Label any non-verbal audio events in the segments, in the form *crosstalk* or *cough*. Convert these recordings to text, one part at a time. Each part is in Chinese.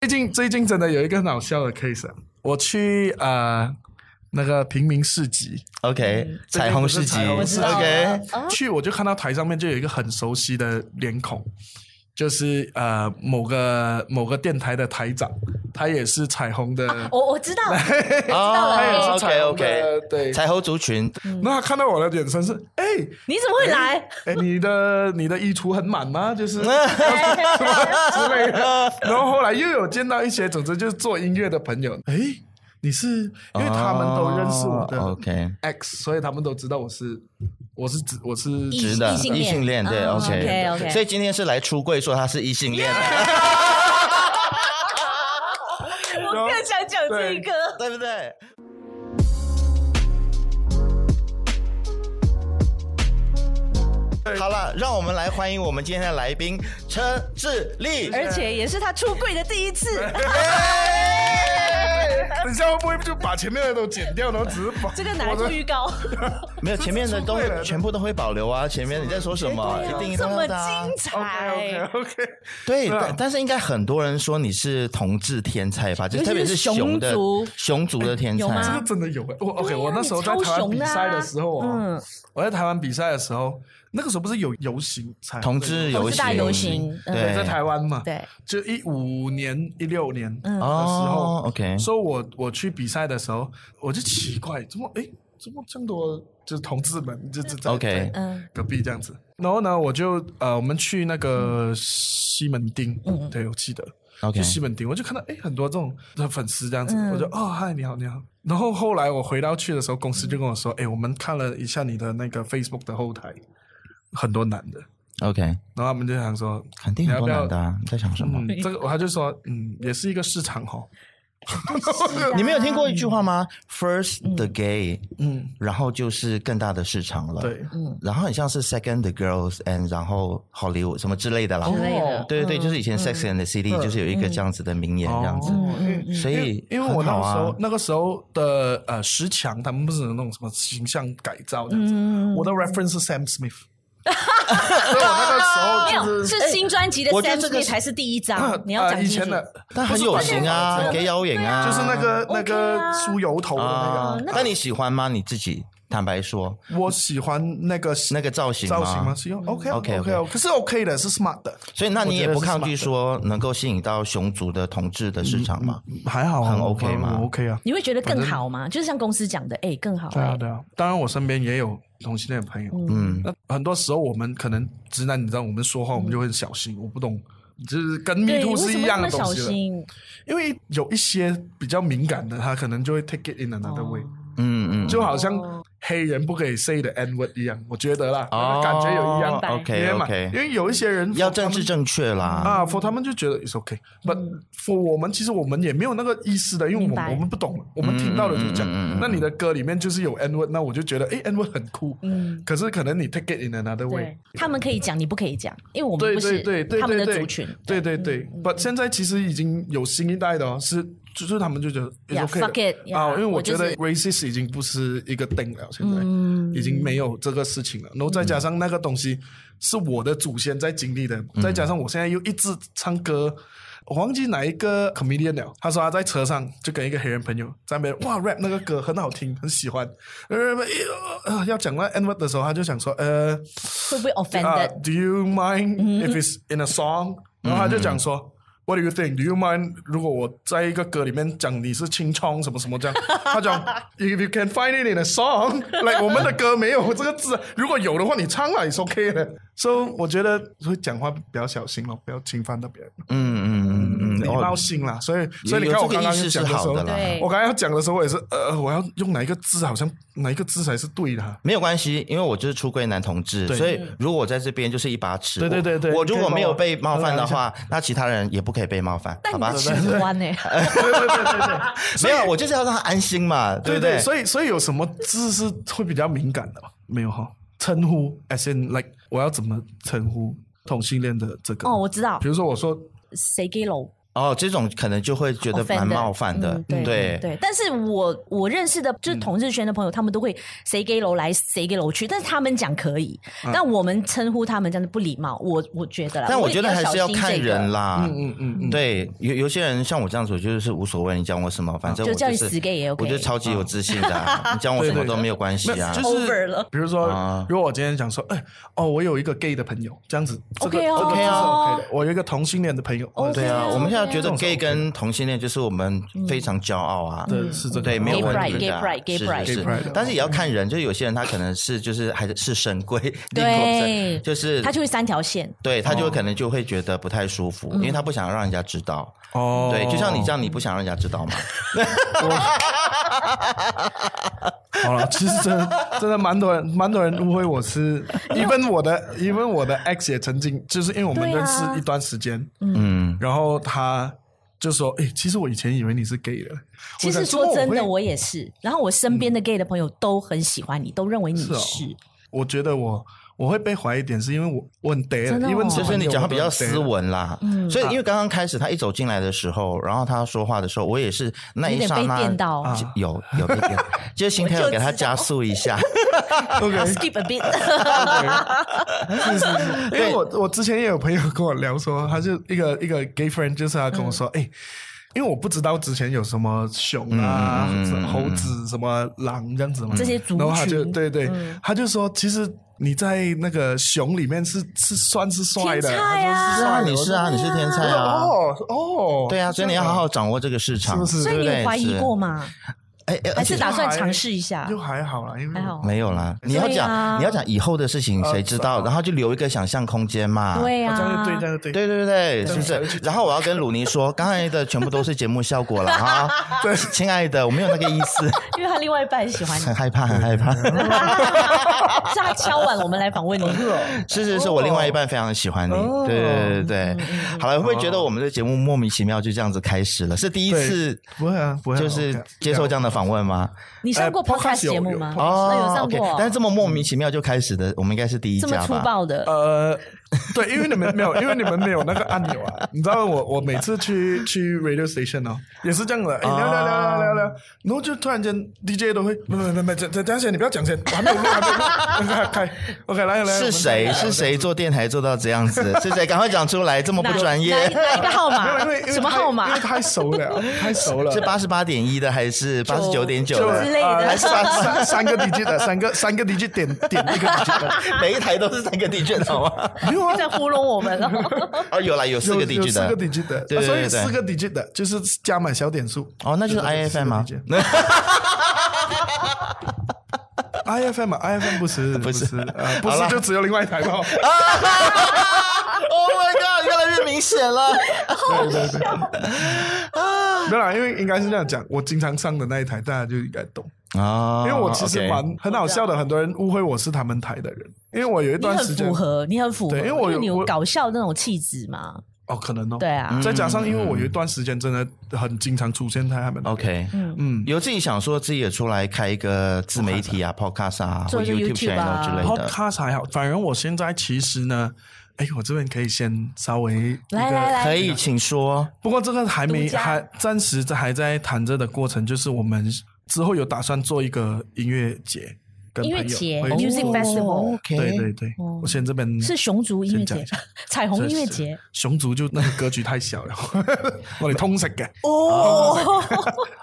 最近最近真的有一个很好笑的 case，、啊、我去呃那个平民市集， OK，彩虹市集这个我嗯不知是道了 OK，啊去我就看到台上面就有一个很熟悉的脸孔，就是呃某个某个电台的台长，他也是彩虹的，我 *laughs* 我知道，哦他也了是彩虹的 OK，OK，对。彩虹族群，那他看到我的眼神是，哎你怎么 *laughs* 会来？哎，你的你的衣橱很满吗？ *laughs* 就是啊之类的。然后后来又有见到一些，总之就是做音乐的朋友，哎，你是因为他们都认识我的哦 OK， X，所以他们都知道我是我是指我是异直的异性恋异性恋，对哦 OK OK，OK 所以今天是来出柜说他是异性恋， *laughs* 我更想讲这个。 *laughs* 对不对？好了，让我们来欢迎我们今天的来宾陈志立。而且也是他出柜的第一次，等一下会不会就把前面的都剪掉，然后只是把 *laughs* 这个拿来我的做 *laughs* 预告，没有前面的都出柜了全部都会保留啊，前面你在说什么？一定哎这么的啊精 OK 彩， OK，对，对啊但但是应该很多人说你是同志天才吧，就尤其特别是是熊熊的族熊族的天有才吗这啊个真的有哎、我 OK，对啊我那时候在台湾比赛的时候你超熊的啊哦，我在台湾比赛的时候，那个时候不是有游行才同志游同志行，大游行嗯对，对，在台湾嘛，对，就一五年、一六年的时哦候， ，OK，所以我我去比赛的时候，我就奇怪，怎么哎，怎么这么多就是同志们，就就在 OK 在嗯，隔壁这样子。然后呢，我就呃，我们去那个西门町，嗯对我记得 OK，去西门町，我就看到哎很多这种的粉丝这样子，嗯我就哦嗨你好你好。然后后来我回到去的时候，公司就跟我说，哎，我们看了一下你的那个 Facebook 的后台，很多男的。 OK，然后他们就想说，肯定很多你要不要男的啊，你在想什么？嗯，这个他就说，嗯，也是一个市场哦，啊你没有听过一句话吗？First the gay，嗯，然后就是更大的市场了，对，然后很像是 Second the girls and 然后 Hollywood 什么之类的啦，之类的嗯哦对对对，就是以前 Sex and the City 就是有一个这样子的名言这样子，哦嗯嗯嗯所因以为因为我很那好个时啊候、那个时候的呃十强，他们不是有那种什么形象改造这样子，我的 reference 是 Sam Smith，所以我那个没时候就有，是。哎是新专辑的我觉得 Sam 这个 Smith 还是第一张？ *coughs* 你要呃讲以清前楚。的，但很有型啊，不给是妖眼啊，就是那个那 OK 个啊梳油头的那啊个。。那你喜欢吗？你自己坦白说，我喜欢那个那个造型吗造型吗？是用 OK OK，OK OK OK，可是 OK 的，是 smart 的，所以那你也不抗我觉拒得是说能够吸引到熊族的同志的市场吗？还好啊，很 OK 吗我我 OK 啊，你会觉得更好吗？就是像公司讲的，哎，更好。对啊，哎对啊，当然我身边也有同性恋的朋友，嗯，那呃很多时候我们可能直男，你知道，我们说话我们就会很小心，我不懂，就是跟迷对，途为什是一么那样么的东小西了心？因为有一些比较敏感的，他可能就会 take it in another way，、嗯嗯，就好像哦黑人不可以 say the n word 一样，我觉得啦，哦感觉有一样明白 OK 因为嘛 OK，因为有一些人要 for 政治他们正确啦。啊，for 他们就觉得 it's OK，but、for 我们其实我们也没有那个意思的，因为我嗯明白们我们不懂嘛，我们听到的就讲。嗯嗯嗯嗯嗯那你的歌里面就是有 n word，那我就觉得诶 n word 很酷，嗯可是可能你 take it in another way 对。，他们可以讲，你不可以讲，因为我们对不对是对对，他们的对对族群。嗯对对对。But 现在其实已经有新一代的哦，是就是他们就觉得 Yeah, it's OK fuck it, 啊， yeah，因为我我就觉是得嗯 racist 已经不是一个 thing 了，现在已经没有这个事情了。然后再加上那个东西是我的祖先在经历的，嗯再加上我现在又一直唱歌。我忘记哪一个 comedian 了，他说他在车上就跟一个黑人朋友在那边哇 rap 那个歌很好听，很喜欢。呃呃要讲到 n word 的时候，他就想说呃，会不会啊 offended？ Do you mind if it's in a song？、然后他就讲说、What do you think? Do you mind？如果我在一个歌里面讲你是青葱什么什么这样，他讲 If you can find it in a song，like 我们的歌没有这个字，如果有的话你唱了也是 OK 的。So 我觉得会讲话比较小心咯，不要侵犯到别人，嗯嗯嗯嗯，礼貌性啦。所以所以你有看这我个刚刚意识讲是的时好候的，啦对我刚刚要讲的时候我也是呃，我要用哪一个字，好像哪一个字才是对的啊、没有关系，因为我就是出柜男同志，对所以如果我在这边就是一把尺。对对对对我我你可以如果没有帮我被冒犯的话，那其他人也不可以被冒犯，但好你欸吧的？尺很 *laughs* 弯呢，没有，我就是要让他安心嘛，对不对？所以所以有什么字是会比较敏感的吗？没有哈，称呼，as in like 我要怎么称呼同性恋的这个？哦，我知道比，如说我说谁给楼？哦，这种可能就会觉得 Offended 蛮冒犯的嗯，对对对，但是我我认识的就是同志圈的朋友，他们都会谁给楼来谁给楼去，但是他们讲可以，但我们称呼他们这样子不礼貌，我我觉得啦。嗯但我觉得还是要我也看比较小心这个人啦，嗯嗯嗯，对，有有些人像我这样子，我就是无所谓，你讲我什么，反正哦就我叫你是死 gay 也 OK 嗯我就超级有自信的啊，你讲我什么都没有关系没有啊。就是 over 了。比如说啊，如果我今天讲说，哎，哦，我有一个 gay 的朋友，这样子这个 OK 哦这个 OK 啊是哦 OK 的。我有一个同性恋的朋友，哦 OK 对啊，对啊我们现在觉这得种是 gay OK 的跟同性恋就是我们非常骄傲啊，对是这个对，没有嗯 Gay 问 pride，题的啊 gay pride，gay 是 pride 是 Gay pride 嗯是，但是也要看人，就有些人他可能是就是还是是神龟，对立口神 *laughs* 就是他就会三条线，对他哦就可能就会觉得不太舒服，因嗯为他不想让人家知道。哦对，就像你这样，你不想让人家知道嘛？好了，其实真 *laughs* 的真的蛮多人蛮多人误会我是，因为我的因为我的 ex 也曾经就是因为我们对啊认识一段时间，嗯，然后他就说，哎，其实我以前以为你是 gay 的，其我实想说真怎的，么会我也是。然后我身边的嗯 gay 的朋友都很喜欢你，都认为你是哦是。我觉得我我会被怀疑一点，是因为我我很呆真的的，哦因为就是你讲话比较斯私我文啦，嗯所以因为刚刚开始他一走进来的时候，然后他说话的时候，我也是那一刹有点那被电到啊有有被 *laughs* 电，就是心态有给他加速一下， I'll skip *laughs* a bit，因为我我之前也有朋友跟我聊说，他就一个一个 gay friend，就是他跟我嗯说，哎、因为我不知道之前有什么熊啊、嗯嗯嗯嗯嗯嗯猴子、什么狼这样子嘛，这些族群嗯然后他就对对，他就说，其实你在那个熊里面是是算是帅的，天菜啊他是说啊，帅的你 *laughs* 是啊，你是天才我说 *laughs* 啊。哦哦，对啊，所以你要好好掌握这个市场，是不是所以对你不有对？怀疑是过？吗？哎，哎还而是且打算尝试一下就？还好啦，因为啊哦还好没有啦。你要对讲，啊你要讲以后的事情，谁知道？啊然后就留一个想象空间嘛。对哦这样啊就，对，这样就对。对对对对，是不是？然后我要跟鲁尼 *laughs* 说，刚才的全部都是节目效果了哈。对，亲爱的，我没有那个意思，因为他另外一半喜欢 *laughs* 你很。害怕，很害怕。是他敲碗，我们来访 *laughs* 问你。是是是，我另外一半非常喜欢你。哦对对对对对，嗯好了，会不会觉得我们的节目莫名其妙就这样子开始了？是第一对次不会啊，不会啊，就是接受这样的访问吗？你上过呃 podcast podcast 有节目吗？有那有上哦 OK，过，但是这么莫名嗯其妙就开始的，我们应该是第一这么家粗吧？哦暴的，呃，对，因为你们没有，因为你们没有那个按钮啊。你知道我，我每次去去 radio station 哦，也是这样的，哎，啊聊聊聊聊聊聊，然后就突然间 DJ 都会，没没没没，等等等下先，你不要讲先，我还没有录，还没有录，开开，OK，来来来，是谁？是谁做电台做到这样子？是谁？赶快讲出来，这么不哪专业。哪哪一个 *laughs* 号我码们？因为什么号因码为？太熟了，太熟了，是八十八点一的还是八十九点九就之的？类的还是三三三个 DJ 的，三个三个 DJ 点点一个 DJ 的，每一台都是三个 DJ 的吗？没有啊，在糊弄我 *laughs* 们哦。哦，有啦，有四有个有 DJ 四的个。digit 的，对啊对对所以对对四个 digit 的就是加满小点数。哦，那就是 *laughs* IFM 啊四个 IFM 嘛，IFM 不是不是啊，不好是啦就只有另外一台吗？ Oh my god！越来越明显了。对对对，没有啦，因为应该是这样讲，我经常上的那一台，大家就应该懂，啊因为我其实 OK 蛮很好笑的，很多人误会我是他们台的人，因为我有一你段时很间符合，你很符合，对因为我有你有我搞笑那种气质嘛。哦，可能哦，对啊，再加上因为我有一段时间真的很经常出现在他们那边 OK。嗯有自己想说自己也出来开一个自媒体 *laughs* 啊、podcast 啊，做或一个 YouTube YouTube 啊 channel 之类的。 Podcast 还好，反而我现在其实呢，哎，我这边可以先稍微来一个来来可以，请说。不过这个还没独家还暂时在还在谈着的过程，就是我们之后有打算做一个音乐节，跟音乐朋友节会 Music Festival 哦 OK，对对对，哦我先这边是熊族音乐先讲节一下，彩虹音乐节熊族就那个格局太小 *laughs* 了，我哋通食嘅。哦，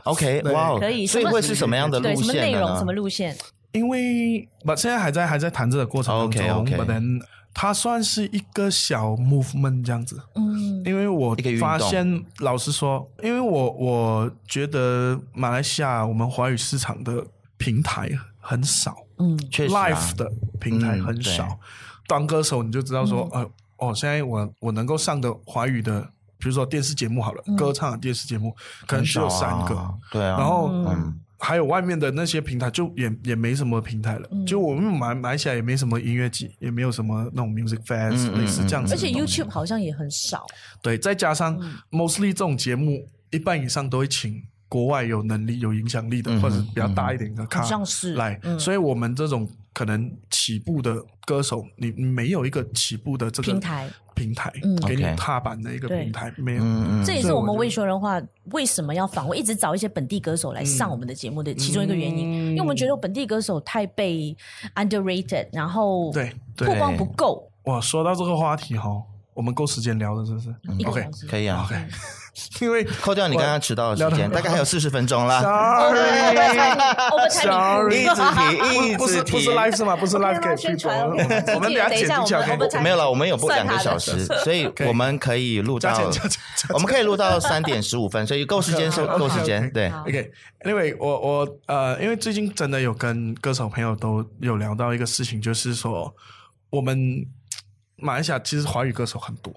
OK，哇哦，可以所以什么会是什么样的对，路什么内线的容，呢什么？路线？因为不现在还在还在谈这个过程当中 OK，OK 可能它算是一个小 movement 这样子。嗯，因为我一个运动发现，老实说，因为我我觉得马来西亚我们华语市场的平台很少、嗯，确实 l 啊 i v e 的平台嗯很少。当歌手你就知道说，呃，哦，现在我我能够上的华语的，比如说电视节目好了，歌唱的电视节目可能只有很少三啊个，对啊，然后、嗯还有外面的那些平台就也也没什么平台了，就我们马马来西亚也没什么音乐季，也没有什么那种 music fest、嗯嗯类似这样子而的东西，且 YouTube 好像也很少，对，再加上 mostly 这种节目，一半以上都会请国外有能力、有影响力的，嗯哼或者比较大一点的咖好像是嗯来。所以我们这种可能起步的歌手，你你没有一个起步的这个平台平台，平台，嗯给你 OK 踏板的一个对平台，没有。嗯嗯这也是对我我们觉为说人话为什么要访问，一直找一些本地歌手来上我们的节目的其中一个原因，嗯因为我们觉得本地歌手太被 underrated，然后对对曝光不够，哇，说到这个话题哈，我们够时间聊的，是不是？一个 OK 小时。嗯可以啊 OK，因 *laughs* 为扣掉你刚刚迟到的时聊间，得大概还有四十分钟啦。 sorry，一 Sorry，直提，一不直是提，不是 live 是吗？不是 OK 啦 live 给宣 people，传我们我们记得俩等一剪下进去我啊们可以我们才没有了，我们有播算两他个的小时，所以 *laughs* 可以我们可以录加到减加减加减， *laughs* 我们可以录到三点十五分，所以够时 *laughs* 间收， OK，OK，够时间， OK，对，好 OK，Anyway，、我我呃，因为最近真的有跟歌手朋友都有聊到一个事情，就是说我们马来西亚其实华语歌手很多，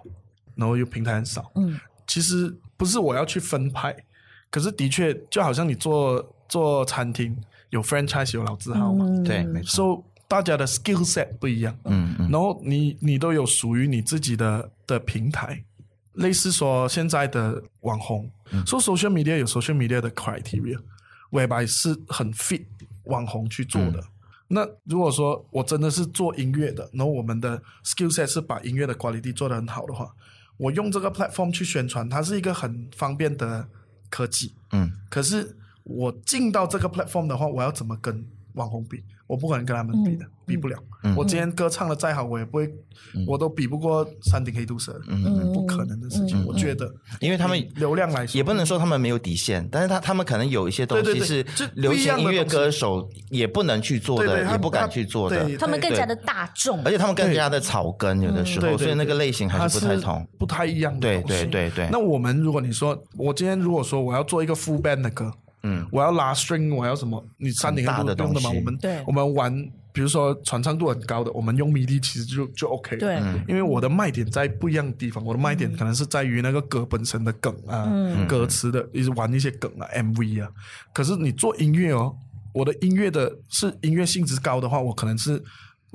然后又平台很少。嗯，其实不是我要去分派，可是的确就好像你做做餐厅有 franchise 有老字号嘛，嗯对，没错， so 大家的 skill set 不一样，嗯嗯然后你你都有属于你自己的的平台，类似说现在的网红，嗯说、social media 有 social media 的 criteria，whereby 是很 fit 网红去做嗯的。那如果说我真的是做音乐的，然后我们的 skill set 是把音乐的 quality 做得很好的话，我用这个 platform 去宣传，它是一个很方便的科技。嗯，可是我进到这个 platform 的话，我要怎么跟网红比？我不可能跟他们比嗯的，比不了。嗯我今天歌唱的再好，我也不会，我都比不过山顶黑毒蛇，嗯不可能的事情。嗯我觉得因哎为他们流量来说也不能说他们没有底线，但是他他们可能有一些东对西对是对就不流一行样的音乐东西歌手也不能去做对对的，他也不敢他去做的，对他们更加的对大众而，且他们更加的草根，有的时对候，对所以那个类型还它是不太同。，不太一样的对东西对对对那我们如果你说，我今天如果说我要做一个 full band 的歌，嗯，我要拉 string，我要什么？你山顶黑很大毒蛇不用的的嘛，东西我们对我们玩，比如说传唱度很高的，我们用 MIDI 其实就就 OK 了。对嗯因为我的卖点在不一样的地方，我的卖点可能是在于那个歌本身的梗啊，嗯歌词的，一直玩一些梗啊，MV 啊。可是你做音乐哦，我的音乐的是音乐性质高的话，我可能是。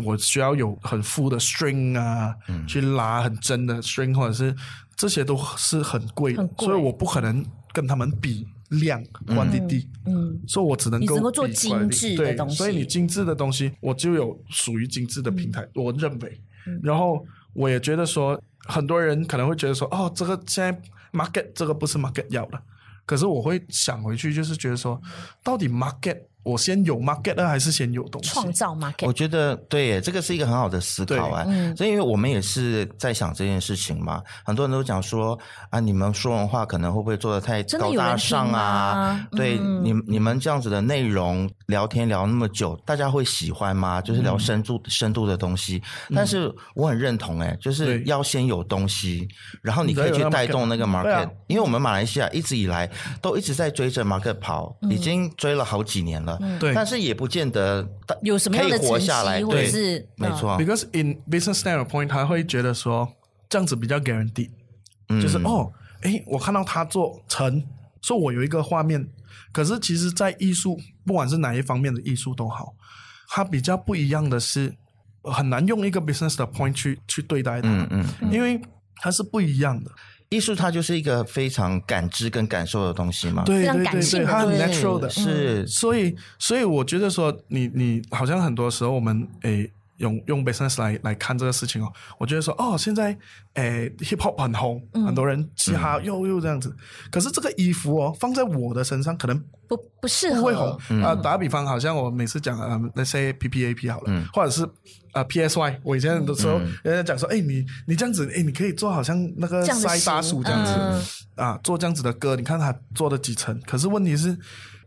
我需要有很富的 string 啊，去拉很真的 string，或者是这些都是很贵的，很贵所以我不可能跟他们比量 quantity，、嗯，所以我只能够你只能够做比精致 quality，的对东西嗯所以你精致的东西，我就有属于精致的平台，我认为。然后我也觉得说，很多人可能会觉得说，哦，这个现在 market 这个不是 market 要的，可是我会想回去，就是觉得说，到底 market 我先有 market 呢，还是先有东西？创造我 market，觉得对耶，这个是一个很好的思考啊对嗯。所以，因为我们也是在想这件事情嘛，很多人都讲说啊，你们说文化可能会不会做的太真的高有人大上听嗯啊吗？对，你你们这样子的内容聊天聊那么久，大家会喜欢吗？就是聊深度、深度的东西。但是我很认同，哎，就是对要先有东西，然后你可以你才有去那个带动那个 market 对 market 啊。因为我们马来西亚一直以来都一直在追着 market 跑，已经追了好几年了。对但是也不见得大有什么样的可以活成绩下来，或者对，是嗯没错， Because in business standpoint，他会觉得说这样子比较 guarantee，、就是嗯哦，诶，我看到他做成，说我有一个画面。可是其实，在艺术，不管是哪一方面的艺术都好，它比较不一样的是，呃很难用一个 business 的 point 去去对待它，嗯嗯，因为它是不一样的。艺术它就是一个非常感知跟感受的东西嘛，对非常对感对性对，的它很对 natural 的，嗯是所以，所以我觉得说你，你好像很多时候我们诶用用 business 来来看这个事情哦，我觉得说哦，现在诶 hip hop 很红，很多人嘻哈又又这样子，可是这个衣服哦放在我的身上可能嗯不不适合，不会红嗯啊、呃打比方，好像我每次讲呃那些 P P A P 好了，嗯或者是呃 P S Y，我以前的时候、人家讲说，哎你你这样子，哎你可以做好像那个这样子塞大行叔这样子嗯啊，做这样子的歌，你看他做了几层。可是问题是，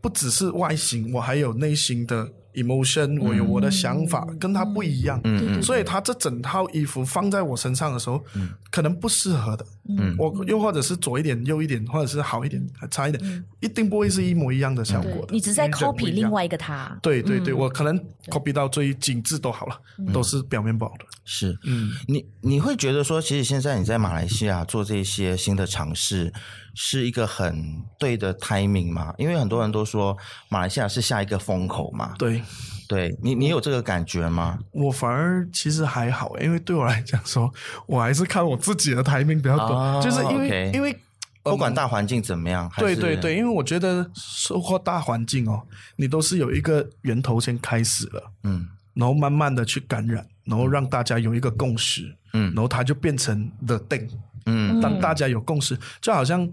不只是外形，我还有内心的 emotion，我有我的想法，跟他不一样。嗯嗯所以他这整套衣服放在我身上的时候，可能不适合的。嗯，我又或者是左一点、右一点，或者是好一点、差一点，一定不会是一模一样的效果嗯对的。你只是在因为人不 copy 一样另。外一嗯个他，对对对，我可能 copy 到最精致都好了，嗯都是表面不好的。是，嗯，你你会觉得说，其实现在你在马来西亚做这些新的尝试，是一个很对的 timing 嘛？因为很多人都说马来西亚是下一个风口嘛，对，对你你有这个感觉吗？我反而其实还好，因为对我来讲说，我还是看我自己的台面比较多，哦就是因为 OK 因为不管大环境怎么样，嗯还对是对对，因为我觉得收获大环境哦，你都是有一个源头先开始了，嗯，然后慢慢的去感染，然后让大家有一个共识，嗯，然后它就变成 the thing。嗯，当大家有共识，就好像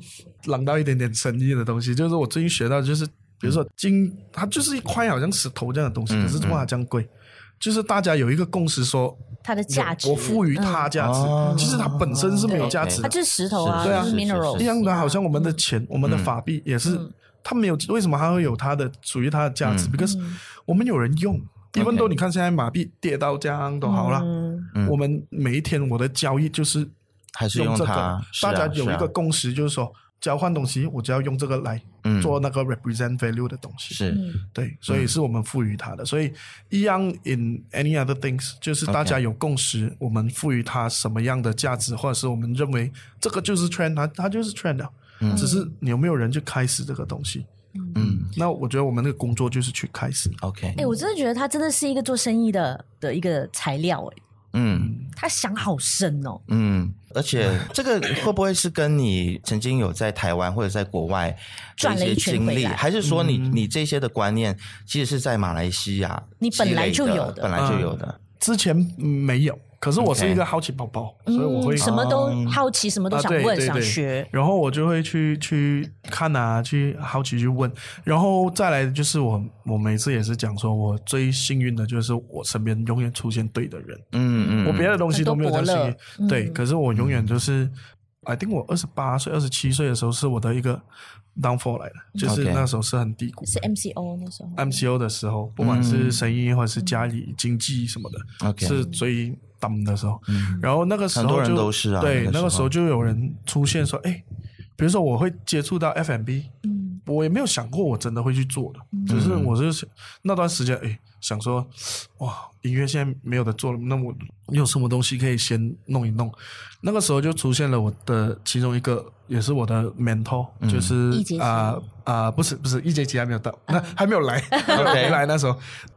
朗到一点点深意的东西，就是我最近学到，就是比如说金，它就是一块好像石头这样的东西，可是为啥这样贵？就是大家有一个共识说，它嗯的价值，我赋予它价值哦，其实它本身是没有价值它的，就是石头啊，是啊对啊就是是一 mineral，样的，好像我们的钱、我们的法币也是，嗯它没有为什么它会有它的属于它的价值、b e c a u s e 嗯我们有人用。一般都你看现在马币跌到这样嗯都好了，我们每一天我的交易就是还是用用这个，它是啊大家有是啊一个共识就是说。交换东西，我就要用这个来嗯做那个 represent value 的东西。是嗯对，所以是我们赋予它的。所以一样 in any other things，就是大家有共识，我们赋予它什么样的价值，或者是我们认为这个就是 trend，它它就是 trend 了。嗯只是你有没有人去开始这个东西？嗯，那我觉得我们那个工作就是去开始。 OK，哎，我真的觉得它真的是一个做生意的的一个材料，哎，嗯他想好深哦，嗯，而且 *laughs* 这个会不会是跟你曾经有在台湾或者在国外的转了一些一圈经回历，来嗯还是说你你这些的观念其实是在马来西亚你本来积累就有的本来就有的，之前没有，可是我是 OK 一个好奇宝宝，所以我会嗯什么都哦好奇，什么都啊想对问、对想对学。然后我就会去去看啊，去好奇去问，然后再来就是我我每次也是讲说，我最幸运的就是我身边永远出现对的人，嗯嗯，我别的东西都没有这样幸很运多，伯乐嗯对，可是我永远就是。I think 我二十八岁、二十七岁的时候是我的一个 downfall 来的，就是 OK 那时候是很低谷。是 MCO 那时候， MCO 的时候，不管是生意或者是家里经济什么的，嗯 OK 嗯是最 down 的时候。然后那个时候很多人就都是啊对那个时，候那个时候就有人出现说，哎，比如说我会接触到 F&B，嗯我也没有想过我真的会去做的，嗯只是我就是那段时间哎想说，哇，音乐现在没有的做了，那我有什么东西可以先弄一弄？那个时候就出现了我的其中一个，也是我的 mentor，、就是嗯易杰啊啊、不是不是，一杰奇还没有到，那还没有来，还没来那时候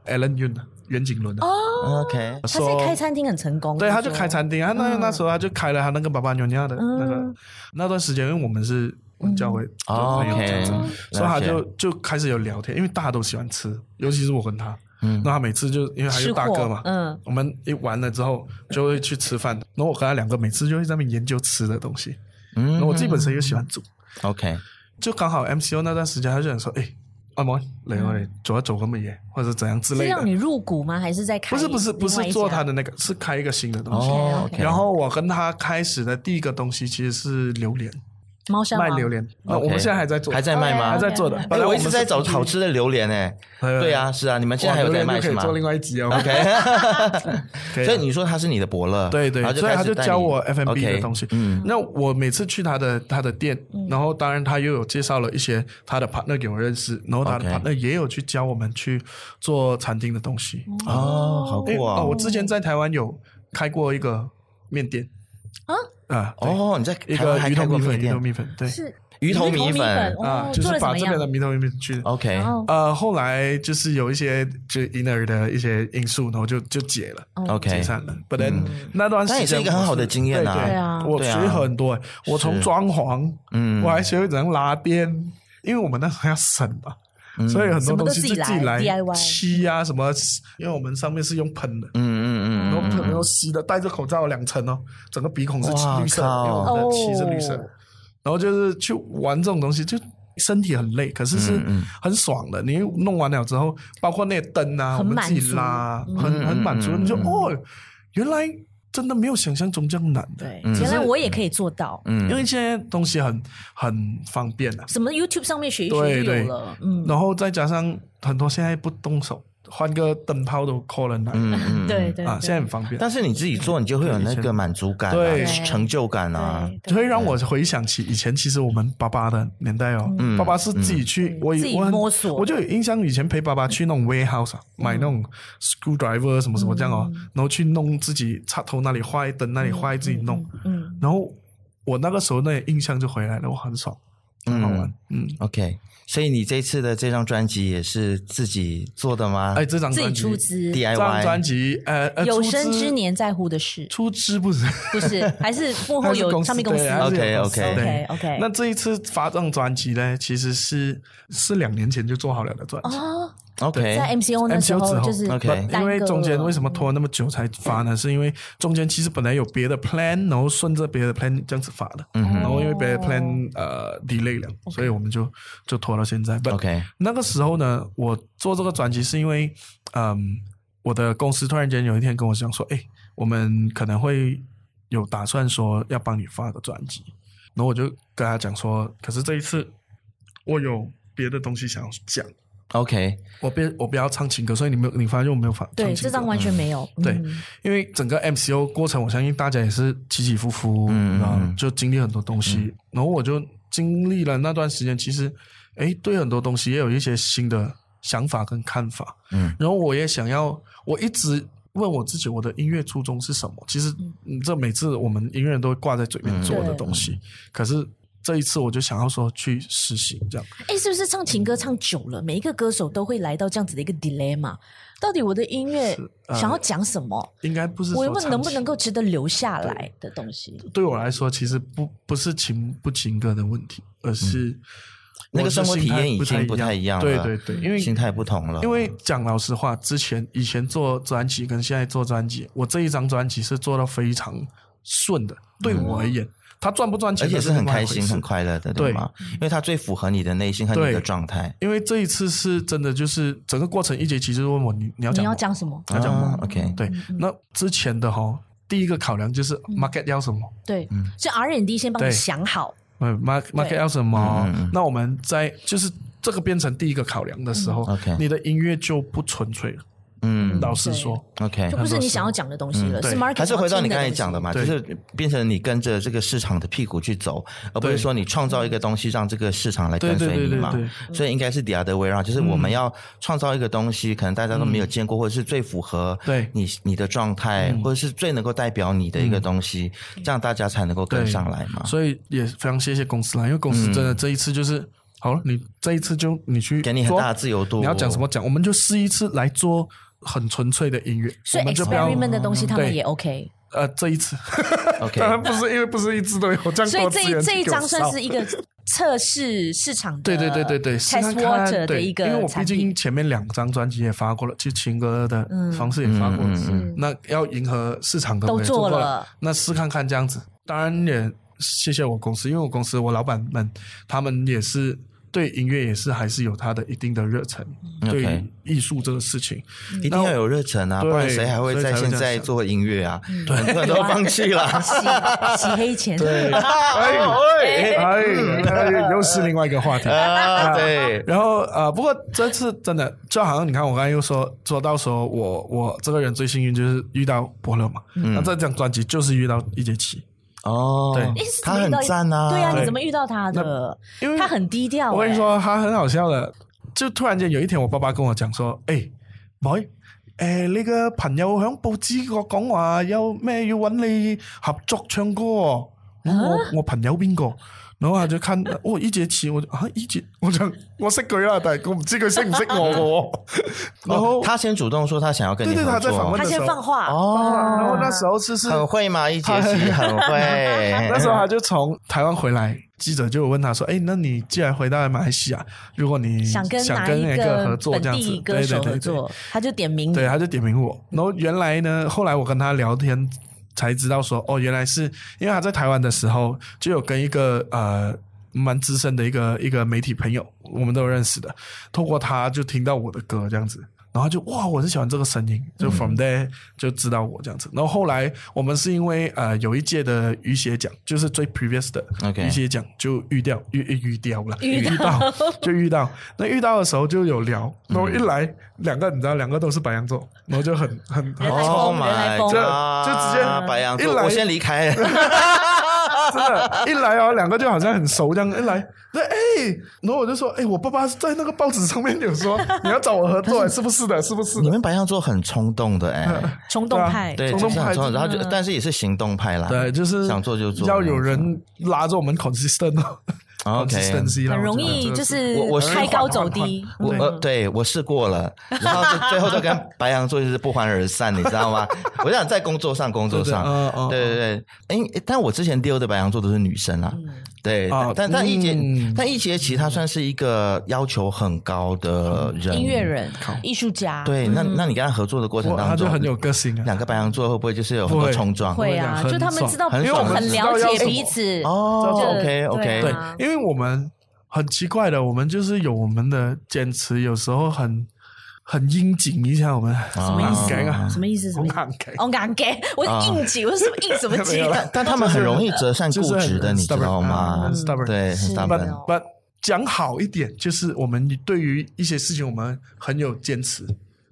，Alan Yun 的袁景伦的，啊 OK，他是开餐厅很成功，对，听他就说开，餐厅，他那那时候他就开了他那个爸爸牛亚的那个嗯那段时间，因为我们是文教会做哦朋友这样 OK，子，所以了他解就就开始有聊天，因为大家都喜欢吃，尤其是我跟他，嗯那他每次就因为他嗯吃是大货哥嘛，嗯，我们一完了之后就会去吃饭，然后我跟他两个每次就会在那边研究吃的东西，然后嗯我自己本身又喜欢煮， OK，就刚好 MCO 那段时间，他就想说，哎，阿毛来我来走一走咁嘅嘢，或者怎样之嗯是类让的你，入股吗？还是在开不另是外一不家？是不是做他的那个，是开一个新的东西。哦，OK，然后我跟他开始的第一个东西其实是榴莲，猫山卖王榴，莲。那 OK 我们现在还在做，还在卖吗？还在 OK，OK 做的哎。本哎，来我一们是直在找好吃的榴莲诶。对对啊，是啊，你们现在还有哇在榴卖莲就是可以吗做另外一集 *laughs* 哦。 *laughs* ？OK， *laughs* 可以啊所以你说他是你的伯乐，对对然后，就所以开他始就带教你我 F&B 的 OK，东西。嗯，那我每次去他的他的店，然后当然他又有介绍了一些他的 partner 给我认识，然后他的 OK partner 也有去教我们去做餐厅的东西。哦，好因为酷哦，我哦！之前在台湾有开过一个面店啊啊，对哦，你在一台湾个还鱼开头过米面粉，鱼头店米粉对是鱼头米粉哦啊哦，，就做是得怎把么这样哦边的米头米粉去，OK，然后呃，后来就是有一些就 inner 的一些因素，然后就就解了。哦解 OK，嗯散了，不然那段时但也间是一个很好的经验啊我是对对啊我对学啊很多、欸，我从装潢，嗯我还学会怎样拉电，因为我们那时候要省嘛，嗯所以很多东西就什么都自己来己来 DIY 漆啊什么，因为我们上面是用喷的，嗯然嗯后嗯喷然后吸的，戴着口罩有两层哦，整个鼻孔是哇绿色，靠因为我们的漆是绿色，哦然后就是去玩这种东西就。身体很累，可是是嗯很爽的。你弄完了之后，包括那些灯啊，我很们满足嗯自己拉，很很满嗯足。你就哦，原来真的没有想象中这样难的。对，原来我也嗯可以做嗯到，因为现在东西很很方便啊，什么 YouTube 上面学一学对就对有了，嗯，然后再加上很多现在不动手，换个灯泡都 call 人来、嗯 *laughs* 嗯嗯。对对啊，对现在很方便。但是你自己做，你就会有那个满足感、对啊、成就感啊。对对所以让我回想起以前，其实我们爸爸的年代哦，嗯爸爸是自己去，我自己我很摸索嗯我就有印象以前陪爸爸去那种 warehouse 啊，买那种 screwdriver 什么什么这样哦，然后去弄自己插头那里坏，灯那里坏自己弄，嗯，然后我那个时候那些印象就回来了，我很爽，很好玩，嗯， OK，所以你这次的这张专辑也是自己做的吗？哎，这张自己专辑出，资，这张专 DIY 辑，呃，呃有出生资之年在乎的事，出 *laughs* 资不是。不是，还是幕它后是哦有公唱司片公司对它是有 OK，OK 公司对 OK，OK 那这一次发这张专辑呢，其实是是两年前就做好了的专辑。哎哦， OK，在 MCO 那时 MCO 之候后就是 OK 耽搁因为中间了为什么拖那么久才发呢？是因为中间其实本来有别的 plan，然后顺着别的 plan 这样子发的，嗯然后因为别的 plan 哦呃 delay 了，所以我们就就拖到现在。But OK 那个时候呢，我做这个专辑是因为，嗯，我的公司突然间有一天跟我讲说，哎，我们可能会有打算说要帮你发个专辑，然后我就跟他讲说，可是这一次我有别的东西想要讲。 OK，我不我不要唱情歌，所以你没有你发现我没有发对唱情这歌张完全没有，对嗯，因为整个 MCO 过程，我相信大家也是起起伏伏，嗯然后嗯就经历很多东西。然后我就经历了那段时间，其实，哎，对很多东西也有一些新的想法跟看法。嗯，然后我也想要，我一直问我自己，我的音乐初衷是什么？其实，嗯这每次我们音乐人都会挂在嘴边嗯做的东西，可是这一次我就想要说去实行这样。哎，是不是唱情歌唱久了，每一个歌手都会来到这样子的一个 dilemma？到底我的音乐呃想要讲什么？应该不是我说有没有唱能不情能够值得留下来的东西？对我来说，其实不不是情不情歌的问题，而是嗯那个我是生活体验已经不太一样对了对对，因为心态嗯不同了，因为讲老实话，之前以前做专辑跟现在做专辑，我这一张专辑是做到非常顺的，对我而言，它赚不赚钱，嗯而且是那很另外开一回心、事很快乐的，对对吗？因为它最符合你的内心和你对的状态。因为这一次是真的，就是整个过程，一杰其实问我你你要你讲嗯要吗讲什么？他讲啊嘛 OK，对，那之前的哈，第一个考量就是 market 要什么。对，所以 R&D 先帮嗯你对想好，嗯，mark market 要什么？嗯嗯嗯那我们在就是这个变成第一个考量的时候，嗯，OK 你的音乐就不纯粹了。嗯老实说， ，OK，就不是你想要讲的东西了，嗯对是 market 还是回到你刚才讲的嘛？嘛，就对是变成你跟着这个市场的屁股去走，而不是对说你创造一个东西让这个市场来跟对对随你对嘛对对。所以应该是 the other way around，就是我们要创造一个东西，可能大家都没有见过，或者是最符合对嗯你你的状态，或者是最能够代表你的一个东西，这样大家才能够跟对上来嘛。所以也非常谢谢公司啦，因为公司真的这一次就是、好了，你这一次就你去嗯给你很大的做啊自由度，你要讲什么讲，我们就试一次来做很纯粹的音乐，所我以们就不要 experiment 的嗯东西他们对也 OK，呃这一次， *laughs* ？OK，当然不是因为不是一直都有这样所以多资这源这去一给我张算烧是一个测试市场的对对对对对试呃 test 看看 water 的对一因为个我毕产竟品，嗯前面两张专辑也发过了，就情歌的方式也发过嗯了，那要迎合市场的都我也做过了那试看看这样子。当然也谢谢我公司，因为我公司我老板们他们也是。对音乐也是还是有他的一定的热忱，对于艺术这个事情，一定要有热忱啊，不对然谁还会在现在做音乐啊？嗯很多人都放弃了。嗯 *laughs* 洗洗黑钱， *laughs* 哎 *laughs* 哎哎，又是另外一个 *laughs* 话题。啊，对，然后呃，不过这次真的就好像你看，我刚才又说说到说我我这个人最幸运就是遇到伯乐嘛，那、这张专辑就是遇到一节棋。 *laughs* 哦，对诶是怎他么遇很到赞啊，对啊，你对怎么遇到他的？因为他很低调、欸我跟你诶，说，他很好笑的，就突然间有一天，我爸爸跟我讲说：，诶 m o y 诶，你嘅朋友響報紙個講話有咩要揾你合作唱歌喎、咁我我朋友邊個？然後我就看，哦，依節似我就啊，依節，我就我識佢啦，但係我唔知佢識唔識我嘅喎。然哦後，他先主动说他想要跟你对对合他在作访问他先放话，嗯哦，然后那时候就是很会嘛，一杰西 *laughs* 很会。那时候哎他就从台湾回来，记者就有问他说：“哎，那你既然回到马来西亚，如果你想跟想哪跟一哪个合作本这样地子，歌对对手合对对作，他就点名，对，他啊就点名我。然后原来呢，后来我跟他聊天才知道说，哦，原来是因为他在台湾的时候就有跟一个呃蛮资深的一个一个媒体朋友，我们都有认识的，透过他就听到我的歌这样子。然后就哇，我是喜欢这个声音，就 from there 就知道我这样子。然后后来我们是因为呃有一届的雨鞋奖，就是最 previous 的 OK 雨鞋奖就遇掉遇遇遇掉了，遇到到就遇到，那遇到的时候就有聊，然后一来、两个你知道，两个都是白羊座，然后就很很很原来，Oh 疯原 my 来疯 god，就就直接白羊一座，来我先离 *laughs* 开。真的，一来哦，两个就好像很熟这样，一来那哎，然后我就说哎，我爸爸是在那个报纸上面有说你要找我合作，是不是的？是不是你的？们白羊座很冲动的 *laughs* 哎，冲动派，对，啊冲就动是很派冲动，真然后就但是也是行动派啦，对，就是想做就做，要有人拉着我们 consistent 哦 OK consistency 啦很容我觉得易这就是是我我是开高缓走缓低，嗯缓对我呃，对我试过了，然后就最后就跟白羊座就是不欢而散，你知道吗？ *laughs* 我想在工作上，工作上对对嗯，嗯嗯对对对，哎，但我之前丢的白羊座都是女生啊，对，啊但但一杰，嗯但一杰其实他算是一个要求很高的人，音乐。人、啊艺术家，呃对，那那你跟他合作的过程嗯哇，他当就中，很有个性啊。两个白羊座会不会就是有很多会冲撞？会啊，我就跟你讲他们很知道，爽因为我很了解彼此。哦就，OK OK，对对啊，因为我们很奇怪的，我们就是有我们的坚持，有时候很很应景一下，我们什么意思感啊？什么意思？什很么意思？感慨。哦，敢给我啊应急，我什么应什 *laughs* 么急没有的啦？但他们很容易折善就是固执的，很你知道 stubborn，啊吗很？stubborn 对，很是 but stubborn。哦 but 讲好一点，就是我们对于一些事情我们很有坚持，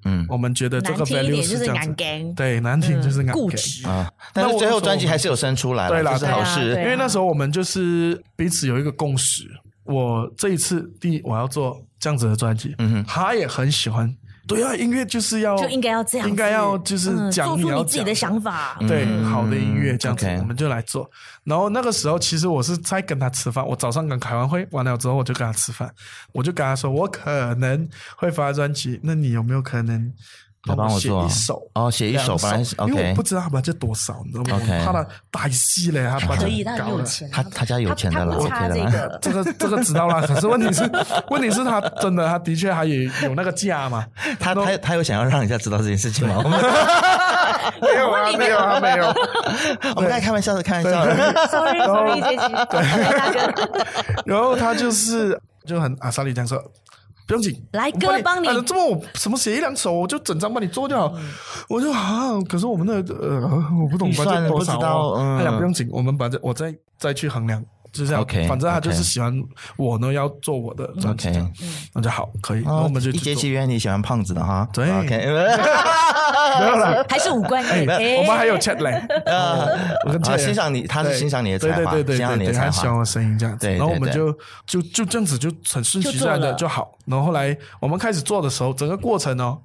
嗯我们觉得这难个听一 value 点就是这样敢子。给，对，难听就是嗯敢固给执。啊，但是我最后说专辑还是有生出来对了，啦这是好对啊对事。因为那时候我们就是彼此有一个共识，我这一次第一我要做这样子的专辑，嗯哼他也很喜欢。对啊，音乐就是要就应该要这样子，应该要就是嗯讲做你出要你自己的讲想法。对，嗯好的音乐这样子， OK 我们就来做。然后那个时候，其实我是在跟他吃饭，我早上刚开完会，完了之后我就跟他吃饭，我就跟他说，我可能会发专辑，那你有没有可能来帮我我写做一首？哦，写一首本来是因为我 OK，不知道他把这多少，你知道吗？ OK 我怕他打戏嘞，他把可这以，他很搞有了。钱啊，他他家有钱的他啦不差，OK 的这啦。这个。个这个知道啦，可是问题是，问题是他真的，他的确他也有那个价 *laughs* 嘛， *laughs* 他他他有想要让人家知道这件事情吗？ *laughs* 我们没有啊，没有啊，没有。我们刚才开玩笑的，开玩笑的。 Sorry Sorry，杰西，对大哥，然后他就是就很阿萨里这样说，不用紧，来我帮哥帮你嗯啊这么我什么写一两首，我就整张帮你做就好。我就啊，可是我们那个呃，我不懂预 budget 算多不知少道哦。嗯他讲不用紧，我们把这我再再去衡量。就这样 OK，反正他就是 OK 喜欢我呢，要做我的专辑 OK 这样，那就好，可以，然后哦我们就一去杰做西原来你喜欢胖子的哈？对，OK。没有啦，还是五官哎我 *laughs* 们还有 chat 嘞，呃， *laughs* 我跟啊 Chat 欣赏你，他是对欣赏你的对才华，对对对欣赏你对的对，他才喜欢华。我声音这样子，对对然后我们对就就就这样子就很顺就其自做然的了就好。然后后来我们开始做的时候，整个过程哦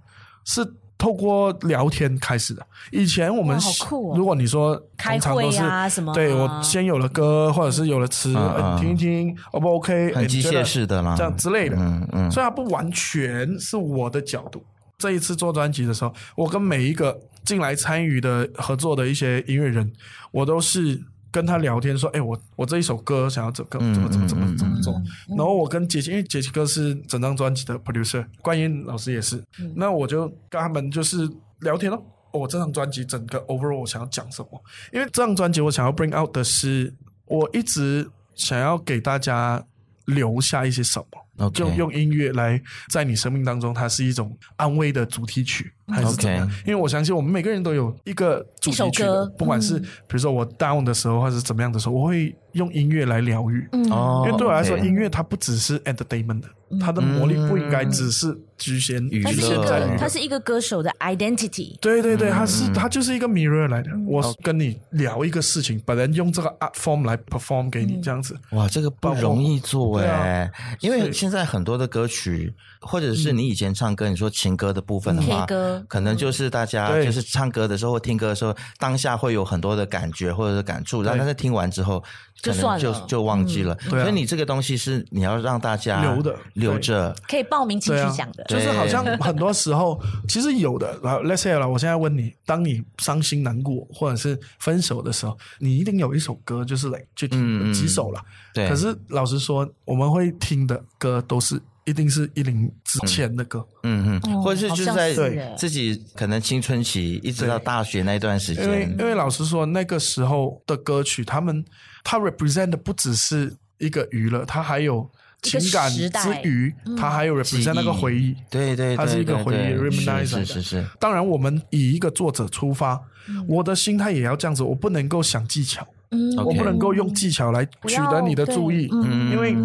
是透过聊天开始的。以前我们哇好酷哦如果你说开通常都会是啊什么对啊我先有了歌，或者是有了词，嗯哎嗯你听一听，O 不 OK？哎很你机觉械得式的啦，这样之类的。嗯嗯，所以它不完全是我的角度。这一次做专辑的时候，我跟每一个进来参与的合作的一些音乐人，我都是跟他聊天说：“哎，我我这一首歌想要怎么怎么怎么怎么怎么做。”然后我跟杰西，因为杰西哥是整张专辑的 producer，观音老师也是。那我就跟他们就是聊天咯。我这张专辑整个 overall 我想要讲什么？因为这张专辑我想要 bring out 的是，我一直想要给大家留下一些什么。 OK 就用音乐来在你生命当中，它是一种安慰的主题曲，还是怎么样嗯 OK 因为我相信我们每个人都有一个主题曲一首的歌，嗯不管是比如说我 down 的时候，或者是怎么样的时候，我会用音乐来疗愈。嗯哦，因为对我来说， OK 嗯音乐它不只是 entertainment 的，它的魔力不应该只是局限娱它局是一限在娱于个乐它是一个歌手的 identity，对对对，它嗯是它就是一个 mirror 来的。哦我跟你聊一个事情，本人用这个 art form 来 perform 给嗯你，这样子。哇，这个不容易做对哎、啊因为现在很多的歌曲，或者是嗯你以前唱歌，你说情歌的部分的嗯话贴歌，可能就是大家嗯对就是唱歌的时候或听歌的时候，当下会有很多的感觉或者是感触，然后但是听完之后，就可能算就了就忘记了。对啊所以你这个东西是你要让大家留的留对着，可以报名进对啊去讲的。就是好像很多时候，其实有的。然后，let's say 了，我现在问你，当你伤心难过或者是分手的时候，你一定有一首歌，就是来就嗯嗯几首了。对可是老实说，我们会听的歌都是一定是一零之前的歌，嗯嗯，哦或者是就是好像在是对自己可能青春期一直到大学那段时因为间因，为老实说，那个时候的歌曲，他们它 represent 的不只是一个娱乐，它还有一个情感时之代嗯余，它还有记忆 represent 那个回忆。对对对，它是一个对回忆对 reminisce 是是的是是，当然，我们以一个作者出发，我的心态也要这样子，我不能够想技巧。嗯 OK 我不能够用技巧来取得你的注意不要，对嗯因为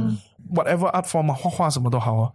whatever art form 啊画画什么都好啊，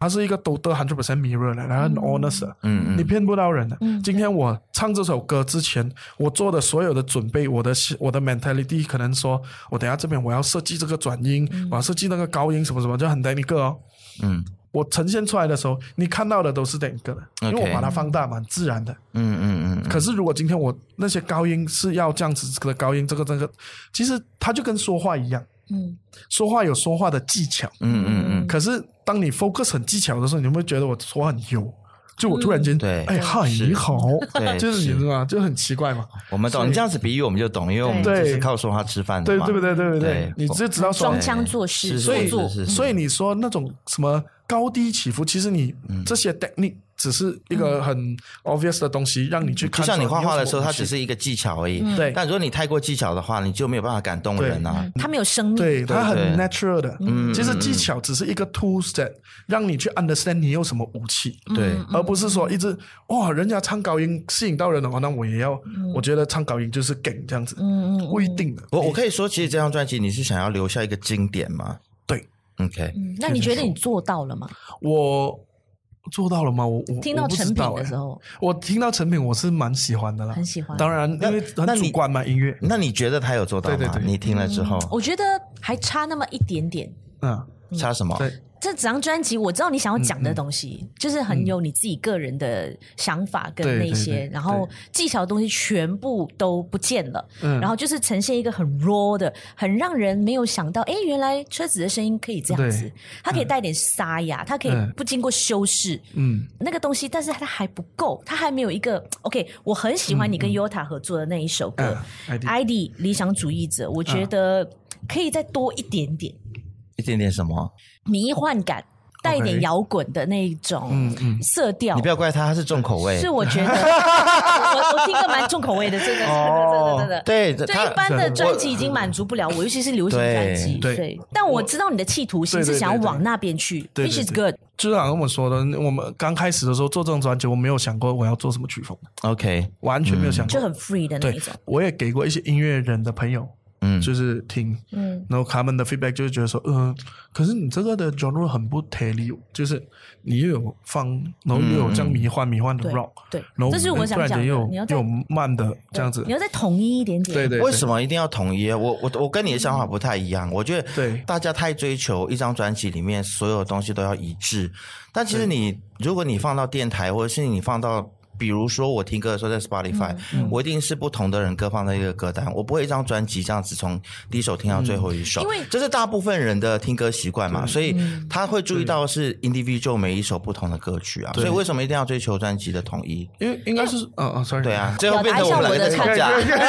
它是一个都得 hundred percent mirror 的，然后很 honest，的嗯你嗯，骗不到人的嗯。今天我唱这首歌之前，我做的所有的准备，我的我的 mentality 可能说，我等下这边我要设计这个转音，我要设计那个高音什么什么，就很 technical 哦。嗯我呈现出来的时候，你看到的都是 technical 的，因 OK 为我把它放大嘛，很自然的。嗯嗯嗯嗯，可是如果今天我那些高音是要这样子的高音，这个这个，其实它就跟说话一样，嗯说话有说话的技巧。嗯嗯嗯。可是当你 focus 很技巧的时候，你会觉得我说话很油，就我突然间，嗯对哎嗨，是你好，嗯 *laughs* 对就是是嗯你知道吗？就很奇怪嘛，我们懂，你这样子比喻我们就懂，因为我们就对是靠说话吃饭的对嘛，对不对？对不对嗯对？你就知道说装，腔作势，是所以做作。是是所以你说那种什么高低起伏，其实你这些 technique 只是一嗯个很 obvious 的东西，让你去嗯就看出来像有你什么东画西。画的时候，它只是一个技巧而已。嗯对但如果你太过技巧的话，你就没有办法感动人啊。他没有生命，嗯对，它很对 natural 的。嗯其实技巧只是一个 tool set，让你去 understand 你有什么武器，对，而不是说嗯一直哇，人家唱高音吸引到人的哦话，那我也要。嗯我觉得唱高音就是梗这样子，不一定的。我我可以说，其实这张专辑你是想要留下一个经典吗对？OK，嗯那你觉得你做到了吗？我做到了吗？我我听到我不知成品道的欸时候，我听到成品我是蛮喜欢的啦，很喜欢当然，因为那很你主观嘛，音乐，那你觉得他有做到对吗对？对你听了之后嗯我觉得还差那么一点点。嗯，差什么？对，这整张专辑，我知道你想要讲的东嗯西，就是很有你自己个人的想法跟对那对些，对然后技巧的东西全部都不见了，嗯然后就是呈现一个很 raw 的，很让人没有想到，哎，原来车子的声音可以这样子对，它可以带点沙哑，它可以嗯不经过修饰，嗯，那个东西，但是它还不够，它还没有一个 OK。我很喜欢嗯你跟 Yota 合作的那一首歌嗯《 ID ID 理想主义者》，我觉得嗯可以再多一点点一点点什么？迷幻感，带一点摇滚的那一嗯种色嗯调你不。要怪他，他是重口味是。我觉得 *laughs* 我我听个 *laughs* 蛮重口味的，真的真的真的真的。哦对，对他一般的专辑已经满足不了我，尤其是流行专辑。对对，但我知道你的企图心是想要往那边去对对对，which is 对 good。就是好像我说的，我们刚开始的时候做这种专辑，我没有想过我要做什么曲风， OK，完全没有想就过。嗯很 free 的那对一种，，我也给过一些音乐人的朋友，嗯就是听，嗯，然后他们的 feedback 就是觉得说，嗯，可是你这个的 genre 很不 t a l y 就是你又有放，然后又有这样迷幻迷幻的嗯对 rock，对然，后这是我突想然讲间的。又你要又再有慢的这样子你，要再统一一点点。对对，为对什么一定要统一？我我我跟你的想法不太一样，我觉得对大家太追求一张专辑里面所有东西都要一致，但其实你如果你放到电台，或者是你放到。比如说我听歌的时候在 Spotify，、我一定是不同的人各放的一个歌单，我不会一张专辑这样子从第一首听到最后一首，因为这是大部分人的听歌习惯嘛，所以他会注意到是 individual 每一首不同的歌曲啊，所以为什么一定要追求专辑的统一？因为应该是，嗯嗯，sorry，对啊，，最后表变达一成下我我们两个的在看吵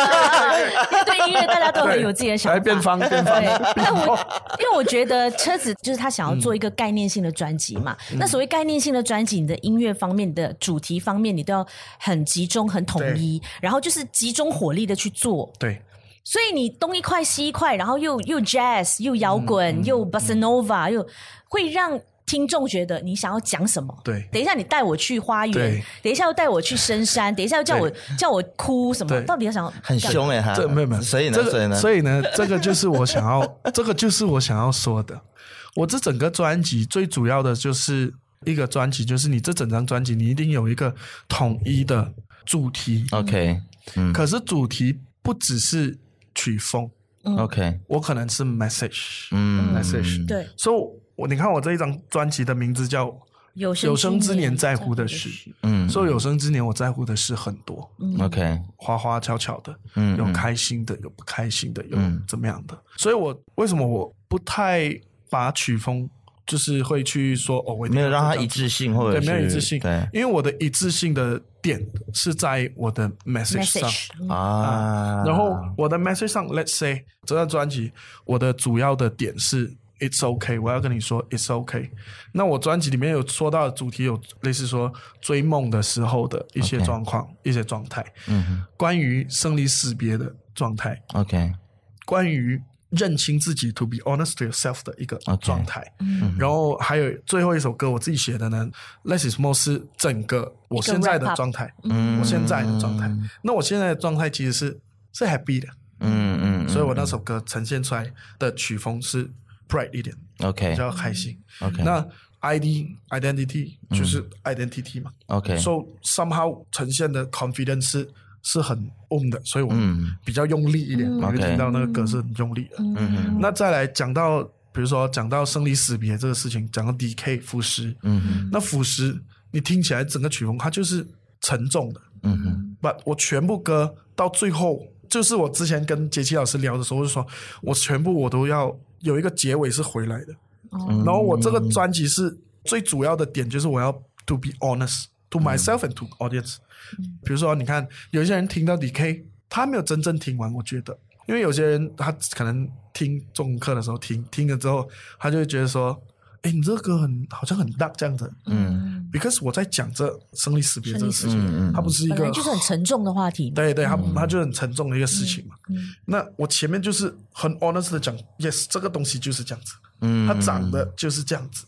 架法，。因为对音乐大家都很有自己的想法。来辩方辩方对， *laughs* 但我因为我觉得车子就是他想要嗯做一个概念性的专辑嘛。那所谓概念性的专辑，你的音乐方面、你的主题方面，你都要很集中、很统一，然后就是集中火力的去做。对，所以你东一块西一块，然后又又 jazz 又嗯摇滚、又 bossa nova，、又会让听众觉得你想要讲什么。对等一下你带我去花园对，等一下又带我去深山，等一下又叫我叫我哭什么？对到底要想要很干凶哎、欸，他这没有没有，所以呢，这个所以呢，所以呢，这个就是我想要， *laughs* 这个就是我想要说的。我这整个专辑最主要的就是一个专辑，就是你这整张专辑你一定有一个统一的主题， OK，嗯可是主题不只是曲风， ，OK，我可能是 message，嗯嗯 message，对所以我你看我这一张专辑的名字叫《有有生之年在乎的事事》，嗯所以有生之年我在乎的事很多，嗯，OK，花花巧巧的，嗯有开心的，有不开心的，有嗯怎么样的。所以我为什么我不太把曲风就是会去说哦，我一定没有要让他这样一致性或者对，没有是一致性，对因为我的一致性的点是在我的 message 上。 message 啊，嗯然后我的 message 上，let's say 这张专辑，我的主要的点是 it's okay，我要跟你说 it's okay。那我专辑里面有说到的主题有类似说追梦的时候的一些 OK 状况、一些状态，嗯哼关于生离死别的状态， ，OK，关于认清自己 to be honest to yourself 的一个 OK 状态。嗯然后还有最后一首歌我自己写的呢，Less is more 是整个我现在 wrap 的 up 状态，嗯我现在的状态。那我现在的状态其实是是 happy 的，嗯嗯，所以我那首歌呈现出来的曲风是 bright 一点，比 OK 较开心。 OK 那 ID identity 嗯就是 identity 嘛， OK， so somehow 呈现的 confidence 是是很 on 的，所以我嗯比较用力一点，我就 OK 听到那个歌是很用力的。嗯那再来讲到，比如说讲到生离死别这个事情，讲到 DK 腐蚀，嗯那腐蚀你听起来整个曲风它就是沉重的，嗯嗯把我全部歌到最后，就是我之前跟杰奇老师聊的时候，我就说我全部我都要有一个结尾是回来的。哦嗯然后我这个专辑是最主要的点，就是我要 to be honest， to myself and to audience。比如说，你看有一些人听到 DK，他没有真正听完，我觉得，因为有些人他可能听中文课的时候听听了之后，他就会觉得说，哎，你这个歌很好像很大这样子。嗯 Because 我在讲这生离死别这个事生离死别情，嗯嗯它不是一本来个就是很沉重的话题。对对，它它就是很沉重的一个事情嘛。那我前面就是很 honest 的讲，yes，这个东西就是这样子，嗯它长得就是这样子。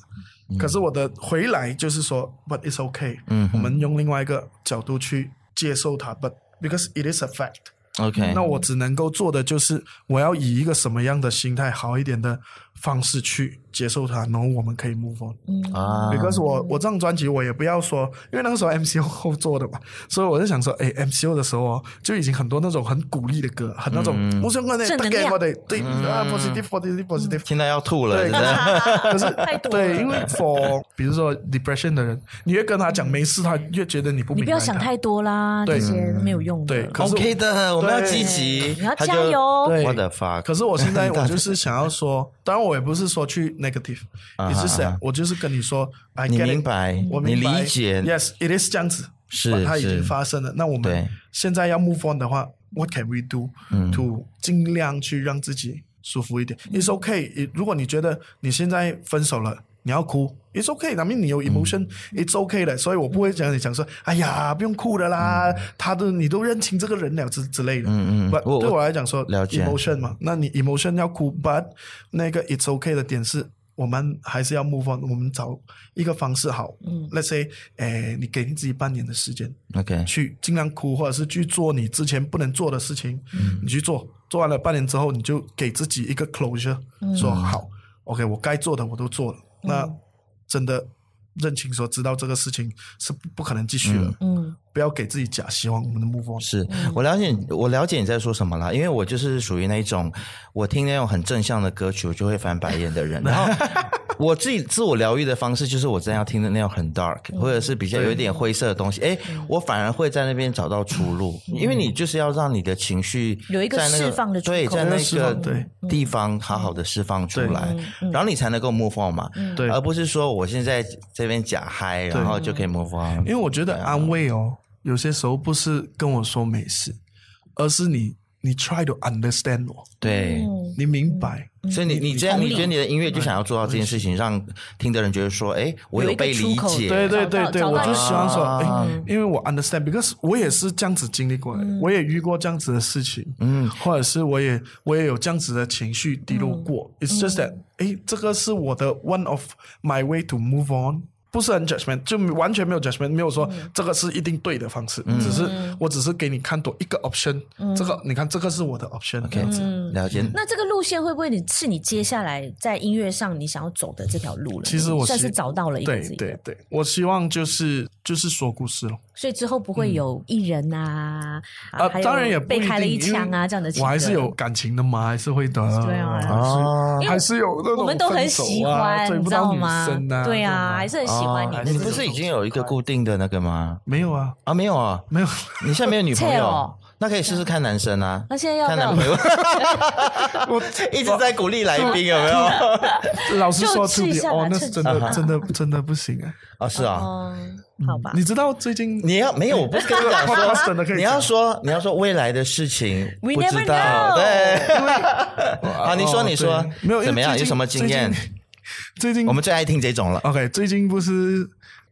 可是我的回来就是说，but it's okay，、嗯我们用另外一个角度去接受它，but because it is a fact。嗯，OK，那我只能够做的就是，我要以一个什么样的心态、好一点的方式去接受它，然后我们可以 move on。嗯啊 because 我我这张专辑我也不要说，因为那个时候 MCO 后做的嘛，所以我就想说，哎，MCO 的时候哦，就已经很多那种很鼓励的歌，很那种嗯我想我的正能量我的对啊，positive positive positive。听到要吐了，对真的。可是 *laughs* 太多了对，因为 for 比如说 depression 的人，你越跟他讲没事，他越觉得你不你明白。不要想太多啦，这对些没有用的。对， *laughs* 可是 OK 的，我们要对积极，你要他就加油哦对 What the fuck？可是我 *laughs* 现在我就是想要说，当然我也不是说去 negative，啊也是哈啊想哈我就是跟你说，I 你 get it，明白我你明白理解，Yes，it is 这样子，是 But 它已是经发生了。那我们对嗯现在要 move on 的话，What can we do to 尽量去让自己舒服一点？It's okay，如果你觉得你现在分手了。你要哭，It's okay，I mean 你有嗯 emotion，It's okay 的，所以我不会讲你讲说，哎呀，不用哭的啦，他都你都认清这个人了之之类的。嗯嗯嗯 But 我对我我来讲说了解，emotion 嘛，那你 emotion 要哭，but 那个 it's okay 的点是，我们还是要 move on，我们找一个方式好，嗯，let's say，诶，你给你自己半年的时间 OK，去尽量哭，或者是去做你之前不能做的事情，嗯你去做，做完了半年之后，你就给自己一个 closure，说好，OK，我该做的我都做了，那真的认清说知道这个事情是不不可能继续了，嗯，不要给自己假希望，我们的 move on 是我了解你，我了解你在说什么啦，因为我就是属于那一种，我听那种很正向的歌曲，我就会翻白眼的人。然后我自己自我疗愈的方式，就是我真的要听的那种很 dark，或者是比较有一点灰色的东西，哎，我反而会在那边找到出路，因为你就是要让你的情绪有一个在那释放的出口对，在那释放个对地方好好的释放出对来，然后你才能够 move on 嘛，对而不是说我现在这边假嗨，然后就可以 move on，因为我觉得安慰哦，有些时候不是跟我说没事，而是你你 try to understand 我，对。嗯你明白，所以你你这样，你觉得你的音乐就想要做到这件事情，让听的人觉得说，哎，我有一有个被理出口解，对对找对到对，找我到就一喜欢说，个哎嗯，因为我 understand，because 我也是这样子经历过嗯来，我也遇过这样子的事情，嗯，或者是我也我也有这样子的情绪低落过。It's 嗯 just that，哎，这个是我的 one of my way to move on。不是很 judgment，就完全没有 judgment，没有说嗯这个是一定对的方式，只是我只是给你看多一个 option，、这嗯个你看这个是我的 option，、这嗯 OK，样子。了解。那这个路线会不会你是你接下来在音乐上你想要走的这条路了？其实我算是希找到了一个对自己的对对，我希望就是就是说故事咯。所以之后不会有艺人啊，啊嗯啊还，有当然也不被定开了一因为枪啊这样的情我歌，还是有感情的嘛，还是会的。对啊还是哦，还是有那种我们都很分手喜啊欢，追你不知到道女吗生啊，对啊啊，，还是很喜欢哦你你的不这是种。已经有一个固定的那个吗？没有啊，啊，没有啊，没有，你现在没有 *laughs* 女朋切友哦，那可以试试看男生啊那，现在要看不男朋要？友。 *laughs* 我一直在鼓励来宾，有没有？ *laughs* 老实说，就 to 试 be 一下吧 honest，趁真的真的真的不行 *laughs* 啊！哦，是啊，嗯，好吧，你知道最近你要没有，我不是跟你讲 Podcast *laughs* 真的可说，以你要说你要说未来的事情 We 不知 never 道， know 对。 *laughs* 好，啊你说哦你说对没有因为怎么样？最有近什么经验？最近我们最爱听这种了。 OK，最近不是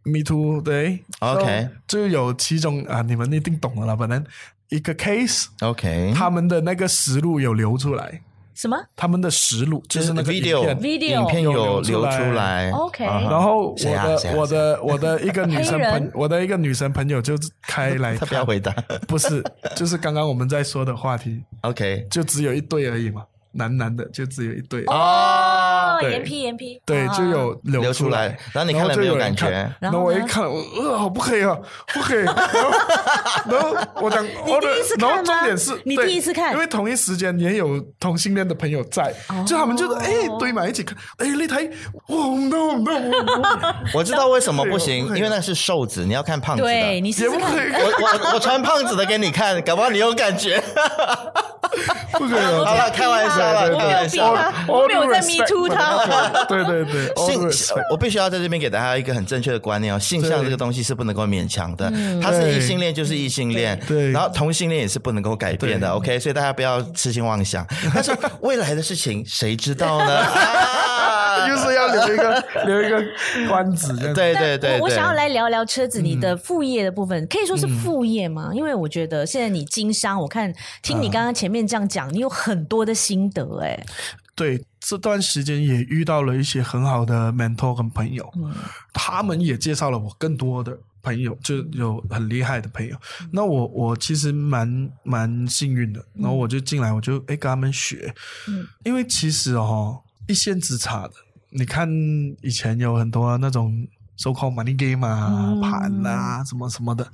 Me Too 对 OK 就有其中啊，你们一定懂的啦，反正一个 case， OK，他们的那个实录有流出来，什么啊他们的实录就是那个影 video 片 Video 影片有有流流出出来来？OK，啊哈然后我谁的、啊谁啊我谁的我的一个女生黑朋人我的一个女生朋友就开来他不要看，回答。 *laughs* 不是就是刚刚我们在说的话题， OK，就只有一对而已嘛，男男的就只有一对，哦，对眼皮眼皮，对，啊就有流流出来来。然后你看了就没有有人感觉看然然后后我一呢看，我呃，好不可以啊，不可 *laughs* 以。然后然后我讲， *laughs* 你我第的一次然后看吗重点是，你对第一次看因为同一时间也有同性恋的朋友在，就他们哦就哎堆满一起看，哎那台，哇，no no，我知道为什么不对行我，不会因为那是瘦子，你要看胖子的。对你试也试不可看，啊以。我我我传胖子的给你看，搞不好你有感觉。 *laughs* 不啊觉得？好了，开玩笑啦，对对开对玩笑啦。我没有在 me too 他。 *laughs* 对对哦对，all 性 respect，我必须要在这边给大家一个很正确的观念哦，性向这个东西是不能够勉强的，他是对异性恋就是异性恋，对然后同性恋也是不能够改变的，OK，所以大家不要痴心妄想。但是未来的事情谁知道 *laughs* 呢？啊就是要留一个留一个关子这样。对对对我对，我想要来聊聊车子你嗯的副业的部分，可以说是副业吗？因为我觉得现在你经商，我看啊听你刚刚前面这样讲，你有很多的心得哎、对，这段时间也遇到了一些很好的 mentor 跟朋嗯友，他们也介绍了我更多的朋友，就有很厉害的朋友。那我我其实蛮蛮幸运的，然后我就进来，我就哎跟他们学，嗯因为其实哦一线之差的，你看以前有很多那种 so called money game 啊、嗯盘啊什么什么的，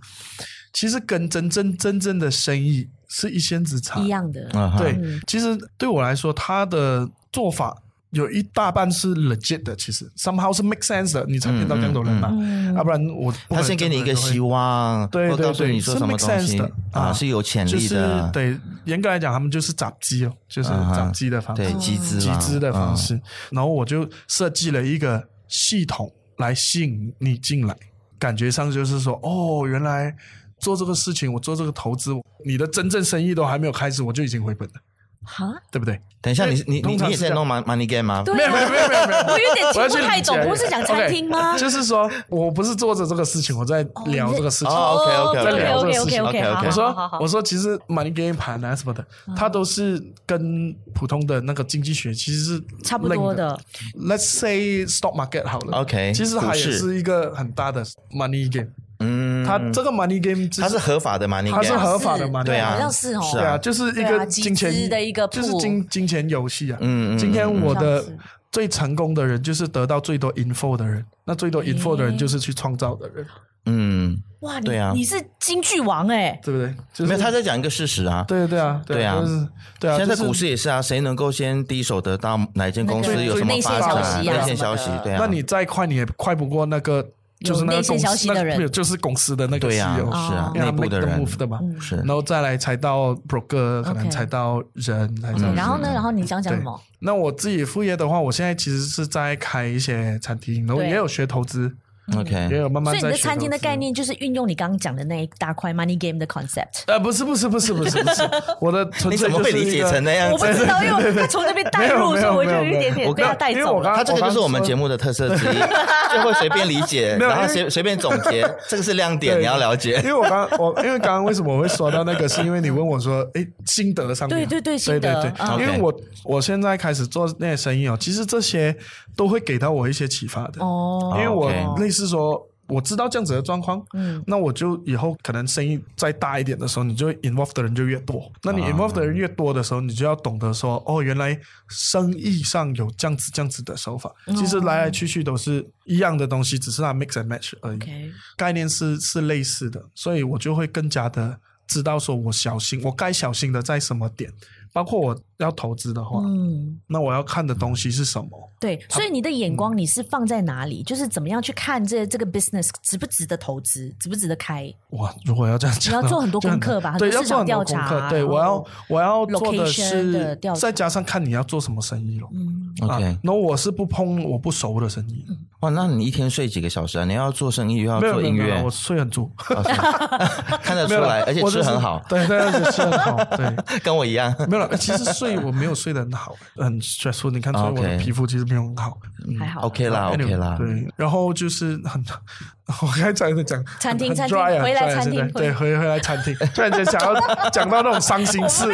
其实跟真正真正的生意是一线之差的一样的，啊哈对嗯，其实对我来说，他的做法有一大半是 legit 的，其实 somehow 是 make sense 的，你才见到这样的人嘛，啊嗯嗯嗯要不然我不可能他先给你一个希望，对对或告诉对你说是什么 make 东 sense 西的啊啊是有潜就力是的，对，严格来讲，他们就是杂技哦，就是啊哈杂技的方式，对集资集啦资的方嗯式。然后我就设计了一个系统来吸引你进来，感觉上就是说，哦，原来做这个事情，我做这个投资，你的真正生意都还没有开始，我就已经回本了，哈，对不对？等一下，你你你通常是你也在这样弄 mon- money game 吗？对没有没有啊，没有没有没有，我有点我要听去不太理解懂，不是讲餐厅 *laughs* 吗？就是说，我不是做着这个事情，我在聊这个事情。哦，OK，OK，OK，在聊这个 OK 事情 OK OK， OK，OK 我好好说，好我说，其实 money game 盘啊什么的，它都是跟普通的那个经济学其实是差不多 link 的的。Let's say stock market 好了 OK，其实它也股市是一个很大的 money game。嗯，它这个 money game 就是它是合法的啊 money game，它是合法的是嘛对啊好像是哦，是对啊，就是一对啊个集金资钱的一个就是铺金金钱游戏啊。嗯嗯嗯今天我这样的子最成功的人就是得到最多 info 的人，那最多 info 的人就是去创造的人，嗯，哇，对你啊你是京剧王哎，对不对？就是没有他在讲一个事实啊。对对啊，对啊就是对啊，现就在在是股。市也是啊，谁能够先第一手得到哪一间公那司个有什么内线发消展、息啊内线消什息么的？对啊，那你再快，你也快不过那个，就是那个有内线公司消息的那个人哦没有就是公司的那个对啊 CEO，，是啊，因为内他部 make 的 the 人 move 的嘛，是然后再来才到 broker，可 OK 能才到人，才到嗯对然后呢，然后你想讲什么？那我自己副业的话，我现在其实是在开一些餐厅，然后对也有学投资，也 OK，有慢慢所在学投以你的资餐厅的概。念就是运用你刚刚讲的那一大块 money game 的 concept。呃，不是不是不是不是不是， *laughs* 我的纯你粹怎么会就是一理解个成那样我不子？啊知道，因为他从那边带入，没所以有我就没有有一点没点有被他带因为走我刚了。他这个就是我们节目的特色之一， *laughs* 就会随便理解， *laughs* 没有然后因为随随便总 *laughs* 结，这个是亮点，对你要了解 *laughs* 因。 *laughs* 为我刚我因为刚刚为什么我会说到那个，是因为你问我说，哎，心得上面啊，对对对心对对得对嗯，因 OK 为我我现在开始做那些生意哦，其实这些都会给到我一些启发的，哦因为我 OK 类似说。我知道这样子的状况，嗯，那我就以后可能生意再大一点的时候，你就会 involve 的人就越多。那啊你 involve 嗯的人越多的时候，你就要懂得说，哦，原来生意上有这样子这样子的手法。哦其实来来去去都是一样的东西，只是它 mix and match 而已。 OK，概念是是类似的，所以我就会更加的知道说我小心，我该小心的在什么点，包括我要投资的话，嗯，那我要看的东西是什么。对，所以你的嗯眼光你是放在哪里？就是怎么样去看这这个 business 值不值得投资，值不值得开？哇，如果要这样讲的话，你要做很多功课吧就很难对，要很做很多多市场调功查课。对，然后我要我要做 location 的是调查再加上看你要做什么生意咯。嗯，啊 OK，，那我是不碰我不熟的生意，哇，那你一天睡几个小时啊？你要做生意又要没有做没有音没有乐哦我，睡很足， *laughs* 看得 *laughs* 出没有来，啦而且我就吃是很好，对对，而且吃很 *laughs* 好，对。跟我一样。没有了，其实睡我没有睡得很好，很 stressful。你看，所以我 OK 的皮肤其实没有很好。嗯还好 OK 啦 Anyway， ，OK 啦，对，然后就是很， *laughs* 我刚才在讲餐厅很餐厅 dry 啊回来 dry 啊餐厅现在回对，回回来餐厅，突然间想要讲到那种伤心 *laughs* 事，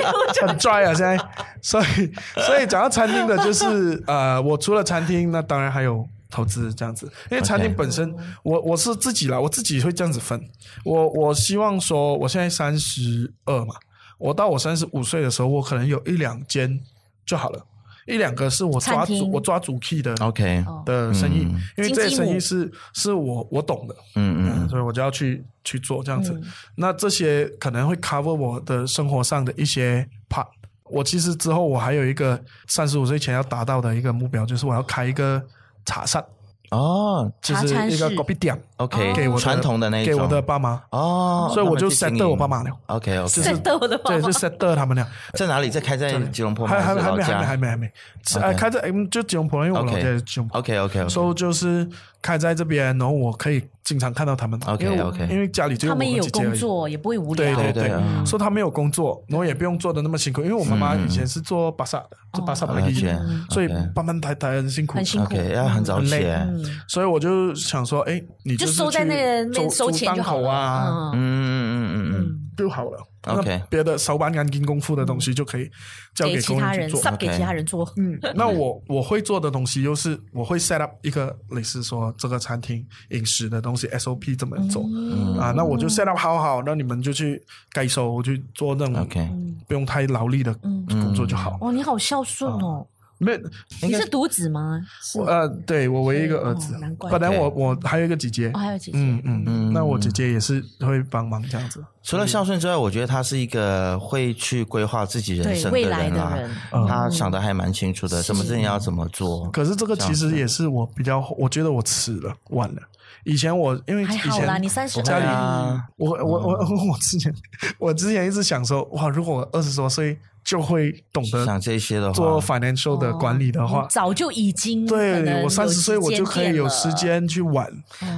很 dry 啊，现在，所以所以讲到餐厅的，就是 *laughs* 呃，我除了餐厅，那当然还有。投资这样子，因为餐厅 OK 本哦身我我是自己啦，我自己会这样子分。我我希望说，我现在三十二嘛，我到我三十五岁的时候，我可能有一两间就好了，一两个是我抓餐厅主我抓主 key 的 OK，哦的生意，嗯因为这些生经济意舞是是我我懂的，嗯嗯嗯，所以我就要去去做这样嗯子。那这些可能会 cover 我的生活上的一些 part。我其实之后我还有一个三十五岁前要达到的一个目标，就是我要开一个茶膳。哦就是茶餐一个室哦 g o p i d a m ，OK，给我的哦传统的那一给种，我的爸妈，哦，所以我就那么 set 经营我爸妈了。 OK OK，是真的我的妈对，妈就 set 他们俩，在哪里？在开在吉隆坡吗？还还是还老没还没还家没还没，是呃 OK 开在嗯就吉隆坡，因为我老家也是吉隆坡。 ？OK OK，所以就是开在这边，然后我可以经常看到他们。 OK，因为我 OK 因为家里就他我和们也有姐姐工而已。作，也不会无对聊。对对对对嗯，说他没有工作，然后也不用做的那么辛苦，因为我妈妈以前是做巴萨的，是巴萨巴哦了黎解嗯的，所以 OK 搬搬抬抬很辛苦很。辛苦 OK，要很早很起累欸，所以我就想说，哎，你嗯就是收在去那个那走收走钱档就好口了。啊，嗯嗯，嗯嗯嗯就好了。 OK 那别的手板眼睛功夫的东西就可以交给其工他人人去做。 ，sub 给 OK 其他人做。嗯，那我我会做的东西又是我会 set up 一个类似说这个餐厅饮食的东西 SOP 怎么走、嗯啊，那我就 set up 好好，那你们就去该收去做那嗯种，OK，不用太劳力的工作就好。哦，你好孝顺哦！没有，你是独子吗？是我呃，对我唯一一个儿子哦，难怪本来我我还有一个姐姐哦，，还有姐姐。嗯嗯嗯，那我姐姐也是会帮忙这样子。除了孝顺之外，我觉得他是一个会去规划自己人对生未来人的啦人，嗯嗯他想的还蛮清楚的，什么事情要怎么做。可是这个其实也是我比较，我觉得我迟了，晚了。以前我因为以还好前啦，你三十家里二，啊，我我我 *laughs* 我之前我之前一直想说，哇，如果我二十多岁就会懂想得这些的话做，financial 的哦管理的话你，早就已经可能对有我三十岁我就可以有时了。嗯间去玩。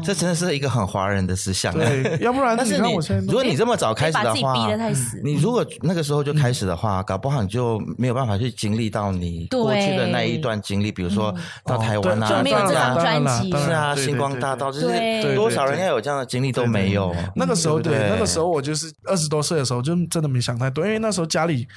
这真的是一个很华人的思想。啊 *laughs* 对，要不然但你是看你我现在如都果你这么早开始哎把的自己话逼得，太死。嗯你如果那个时候就开始的话，搞不好你就没有办法去经历到你对嗯过去的那一段经历，比如说到台湾啊，哦对就没有这这样张当啊然啦专辑当然是啦啊，对星光大道，就对是对对多少人要有这样的经历都没有。对那个时候对不对对，那个时候我就是二十多岁的时候，就真的没想太多，因为那时候家里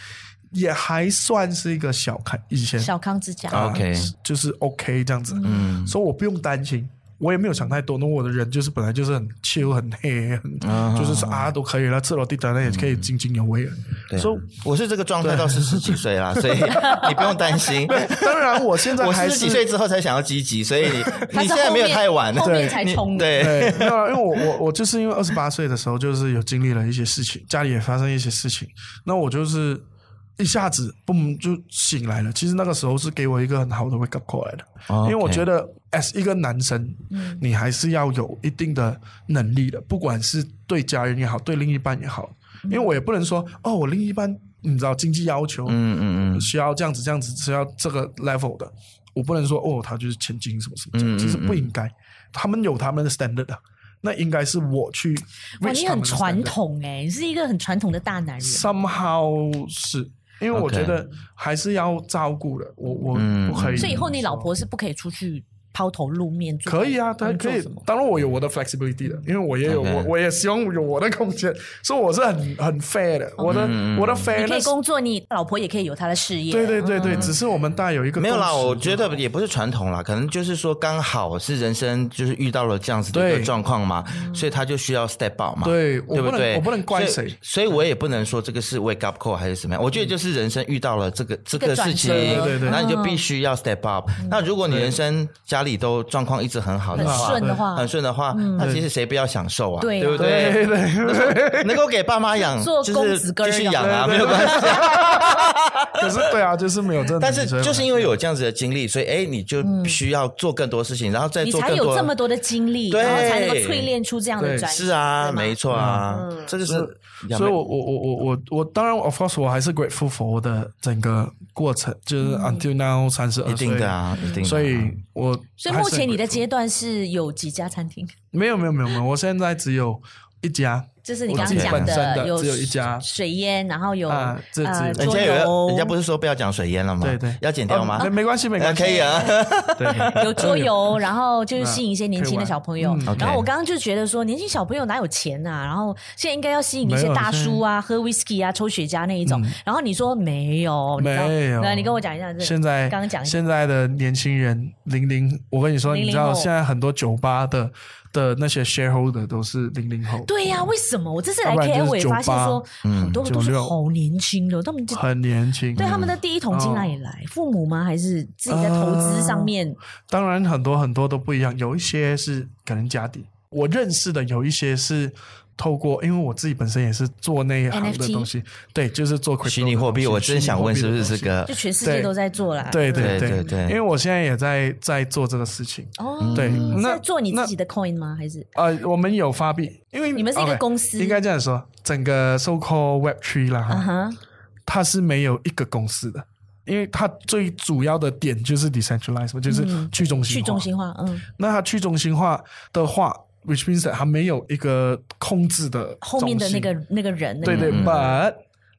也还算是一个小开，以前小康之家，啊 OK 就是 OK 这样子，嗯所以我不用担心，我也没有想太多。那我的人就是本来就是很 chill 很黑，很、就是说啊都可以了，赤裸地毯那也可以津津有味了。对啊所以我是这个状态到四十几岁啦，所以你不用担心。当然我现在我还四十是几岁之后才想要积极，所以你他你是现在后没有面太晚，后面才你冲的。对，对，没有啊，因为我我我就是因为二十八岁的时候，就是有经历了一些事情，家里也发生一些事情，那我就是一下子嘣就醒来了。其实那个时候是给我一个很好的 wake up 过来的，因为哦我觉得 as 一个男生，嗯你还是要有一定的能力的，不管是对家人也好，对另一半也好，因为我也不能说哦，我另一半你知道经济要求，嗯嗯嗯，需要这样子这样子，需要这个 level 的，我不能说哦，他就是千金什么什么这样，嗯嗯其实不应该，他们有他们的 standard 的，那应该是我去 reach 哇，你他们很的传 standard 统哎，你是一个很传统的大男人。 ，somehow 是。因为我 OK 觉得还是要照顾的，我我嗯不可以。所以以后你老婆是不可以出去抛头露面做可以啊，工她可作以什么。当然，我有我的 flexibility 的，因为我也有 OK 我我也希望有我的空间，所以我是很很 fair 的。我嗯的我的你可以 fairness，工作，你老婆也可以有她的事哎业。对对对嗯对，只是我们大家有一个没有啦，共识我觉得也不是传统啦，可能就是说刚好是人生就是遇到了这样子的一个对状况嘛，所以他就需要 step out 嘛，对我对不能对？我不能怪所以谁，所以我也不能说这个是 wake up call 还是怎么样，我觉得就是人生遇到了这个这个个转事情，折对对嗯对那你就必须要 step up。那如果你人生家里都状况一直很好的很啊话，顺的话，很顺的话，那其实谁不要享受啊？对啊对不对对？对 *laughs* 能够给爸妈养， *laughs* 做就公是子哥儿继续养养啊，对没有关系。可是对啊，就是没有这个能力，但是所以我就是因为有这样子的经历，所以哎，你就需要做更多事情，然后再嗯你做才更有多。这么多的经历，对然后才能够淬炼出这样的对专业。是啊，对吗嗯没错啊，这个所以是养所以我，我我我我我当然，of course，我还是 grateful for 我的整个过程，就是嗯 until now 三十二一定的啊，一定的啊。呃所以我所以目前你的还是很 grateful 阶段是有几家餐厅？没有没有没有没有，我现在只有一家，这是你我刚自刚己讲本身的有只有一家水烟，然后有啊这只有呃一家人桌家有游，人家不是说不要讲水淹了吗？对对要剪掉吗哦？没没关系没呃关系，可以啊，对，有桌游，然后就是吸引一些年轻的小朋友嗯。 ，OK 然后我刚刚就觉得说，年轻小朋友哪有钱啊？然后现在应该要吸引一些大叔啊，喝 whisky 啊，抽雪茄那一种。然后你说没有，你知道嗯没有那你跟我讲一下这个，现在刚刚讲一下现在的年轻人零零，我跟你说， 00你知道后现在很多酒吧的的那些 shareholder 都是零零后，对呀、为什么？我这次来要不然就 K 是 L 我也发现说，很多都是96好年轻的，他们就很哦年轻，对他们的第一桶金哪里来？父母吗？还是自己在投哦资上面？当然，很多很多都不一样，有一些是可能家底。我认识的有一些是透过，因为我自己本身也是做那一行的 NFT 东西，对，就是做 crypto *laughs* 虚拟的货币，东西我真想问是不是这？个就？全世界都在做啦。虚拟货币的东西对对对对因对为我现在也在在做这个事情。哦，对，嗯是那在做你那自己的 coin 吗？还是呃，我们有发币，因为你们是一个 OK，公司应该这样说，整个 so called Web Three 啦，啊哈，哈？它是没有一个公司的，因为它最主要的点就是 decentralized，就是嗯去中心化去中心化，嗯，那它去中心化的话，which means that 它没有一个控制的后面的中心那个那个人，那对个对、人 b u t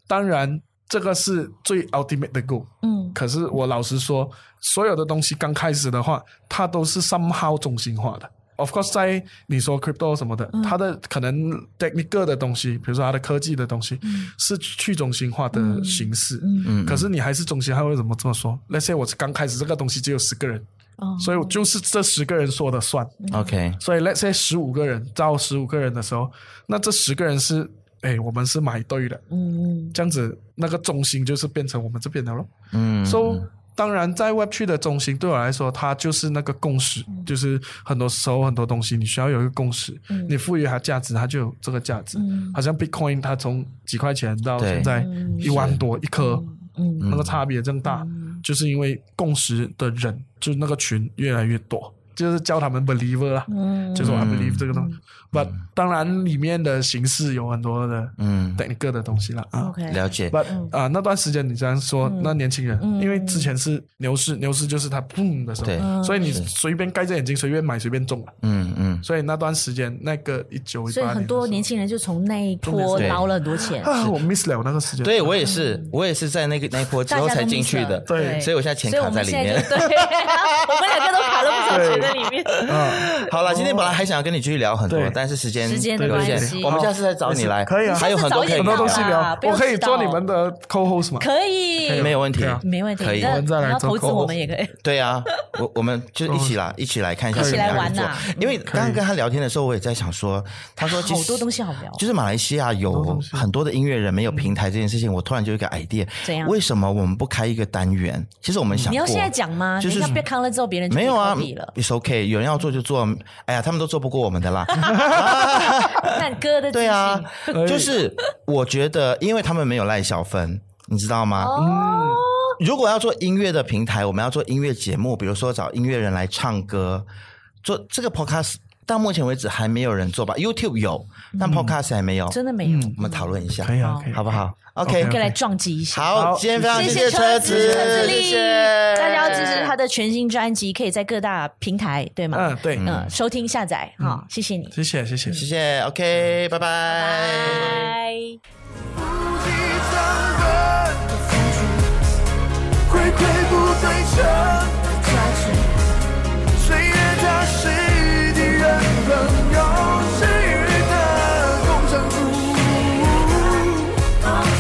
当然这个是最 ultimate 的 goal。嗯可是我老实说，所有的东西刚开始的话，它都是 somehow 中心化的。Of course，在你说 crypto 什么的，嗯它的可能 technical 的东西，比如说它的科技的东西，是去中心化的形式。嗯可是你还是中心化，为什么这么说？Let's say 我刚开始这个东西只有十个人，哦所以我就是这十个人说的算。嗯，OK，所以 let's say 十五个人到十五个人的时候，那这十个人是，哎，我们是买对的，嗯嗯这样子那个中心就是变成我们这边的咯。嗯， So 当然，在 Web 区的中心对我来说，它就是那个共识，就是很多时候很多东西你需要有一个共识，嗯你赋予它价值，它就有这个价值。嗯好像 Bitcoin 它从几块钱到对现在嗯一万多一颗，嗯那个差别这么大，就是因为共识的人就那个群越来越多，就是叫他们 believer 啦。嗯，就是我嗯 believe 这个东西。But 当然里面的形式有很多的嗯， technical 的东西啦啊。 OK，了解， But 嗯啊、那段时间你这样说，那年轻人，因为之前是牛市，牛市就是它砰的时对候，所以你随便盖着眼睛随便买随便中了。嗯嗯，所以那段时间那个一九一所以八很年，多年轻人就从那一重点波是捞了很多钱，啊，我 miss 了那个时间。对我也是，我也是在那个那一波之嗯大后家才都进 miss 去了的，对所以我现在钱所以卡我在们里现在面就。对， *laughs* 我们两个都卡了不少钱在里面。啊，好了，今天本来还想要跟你继续聊很多对，但是时间时间的有关限系我们下次再找你来，可以啊还有很多可以很多聊东西的。聊，不啊要我可以迟到做你们的 co-host 吗？可以，没有问题对啊，没问题，可以那我们再来你要做投资 co-host 我们也可以。对啊，我我们就一起哦啦，一起来看一下一什起么样来的玩做呐。因为刚刚跟他聊天的时候，我也在想说，他说其实好多东西好聊就是马来西亚有很多的音乐人没有平台这件事情，我突然就有一个 idea，怎样为什么我们不开一个单元？其实我们想过，嗯你要现在讲吗？就是等一下被坑了之后，别人就没有啊可以 copy 了。 ，It's OK，有人要做就做，哎呀，他们都做不过我们的 *laughs* 啦。但哥的自对信啊，以就是我觉得，因为他们没有赖小芬，你知道吗？嗯哦，如果要做音乐的平台，我们要做音乐节目，比如说找音乐人来唱歌，做这个 podcast 到目前为止还没有人做吧？YouTube 有，但 podcast 还没有。真的没有，我们讨论一下，可以啊，可以，好不好？OK，, OK，可以来撞击一下。好，好今天非常谢谢谢车车子，车子，子力，大家要支持他的全新专辑，可以在各大平台对吗？嗯，对，嗯嗯，收听下载好，谢谢你，谢谢，谢谢，谢谢，OK，拜拜拜。不计成本的付出，回馈不对称的价值，岁月它是敌人，朋友是的共产主义。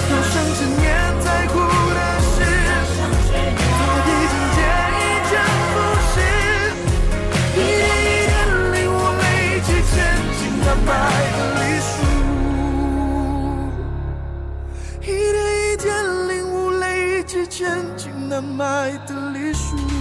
有生之年在乎的事，我已经渐渐腐蚀。一点一点领我累积前进的麦克里数，一点一点领我累积前进的麦克里数。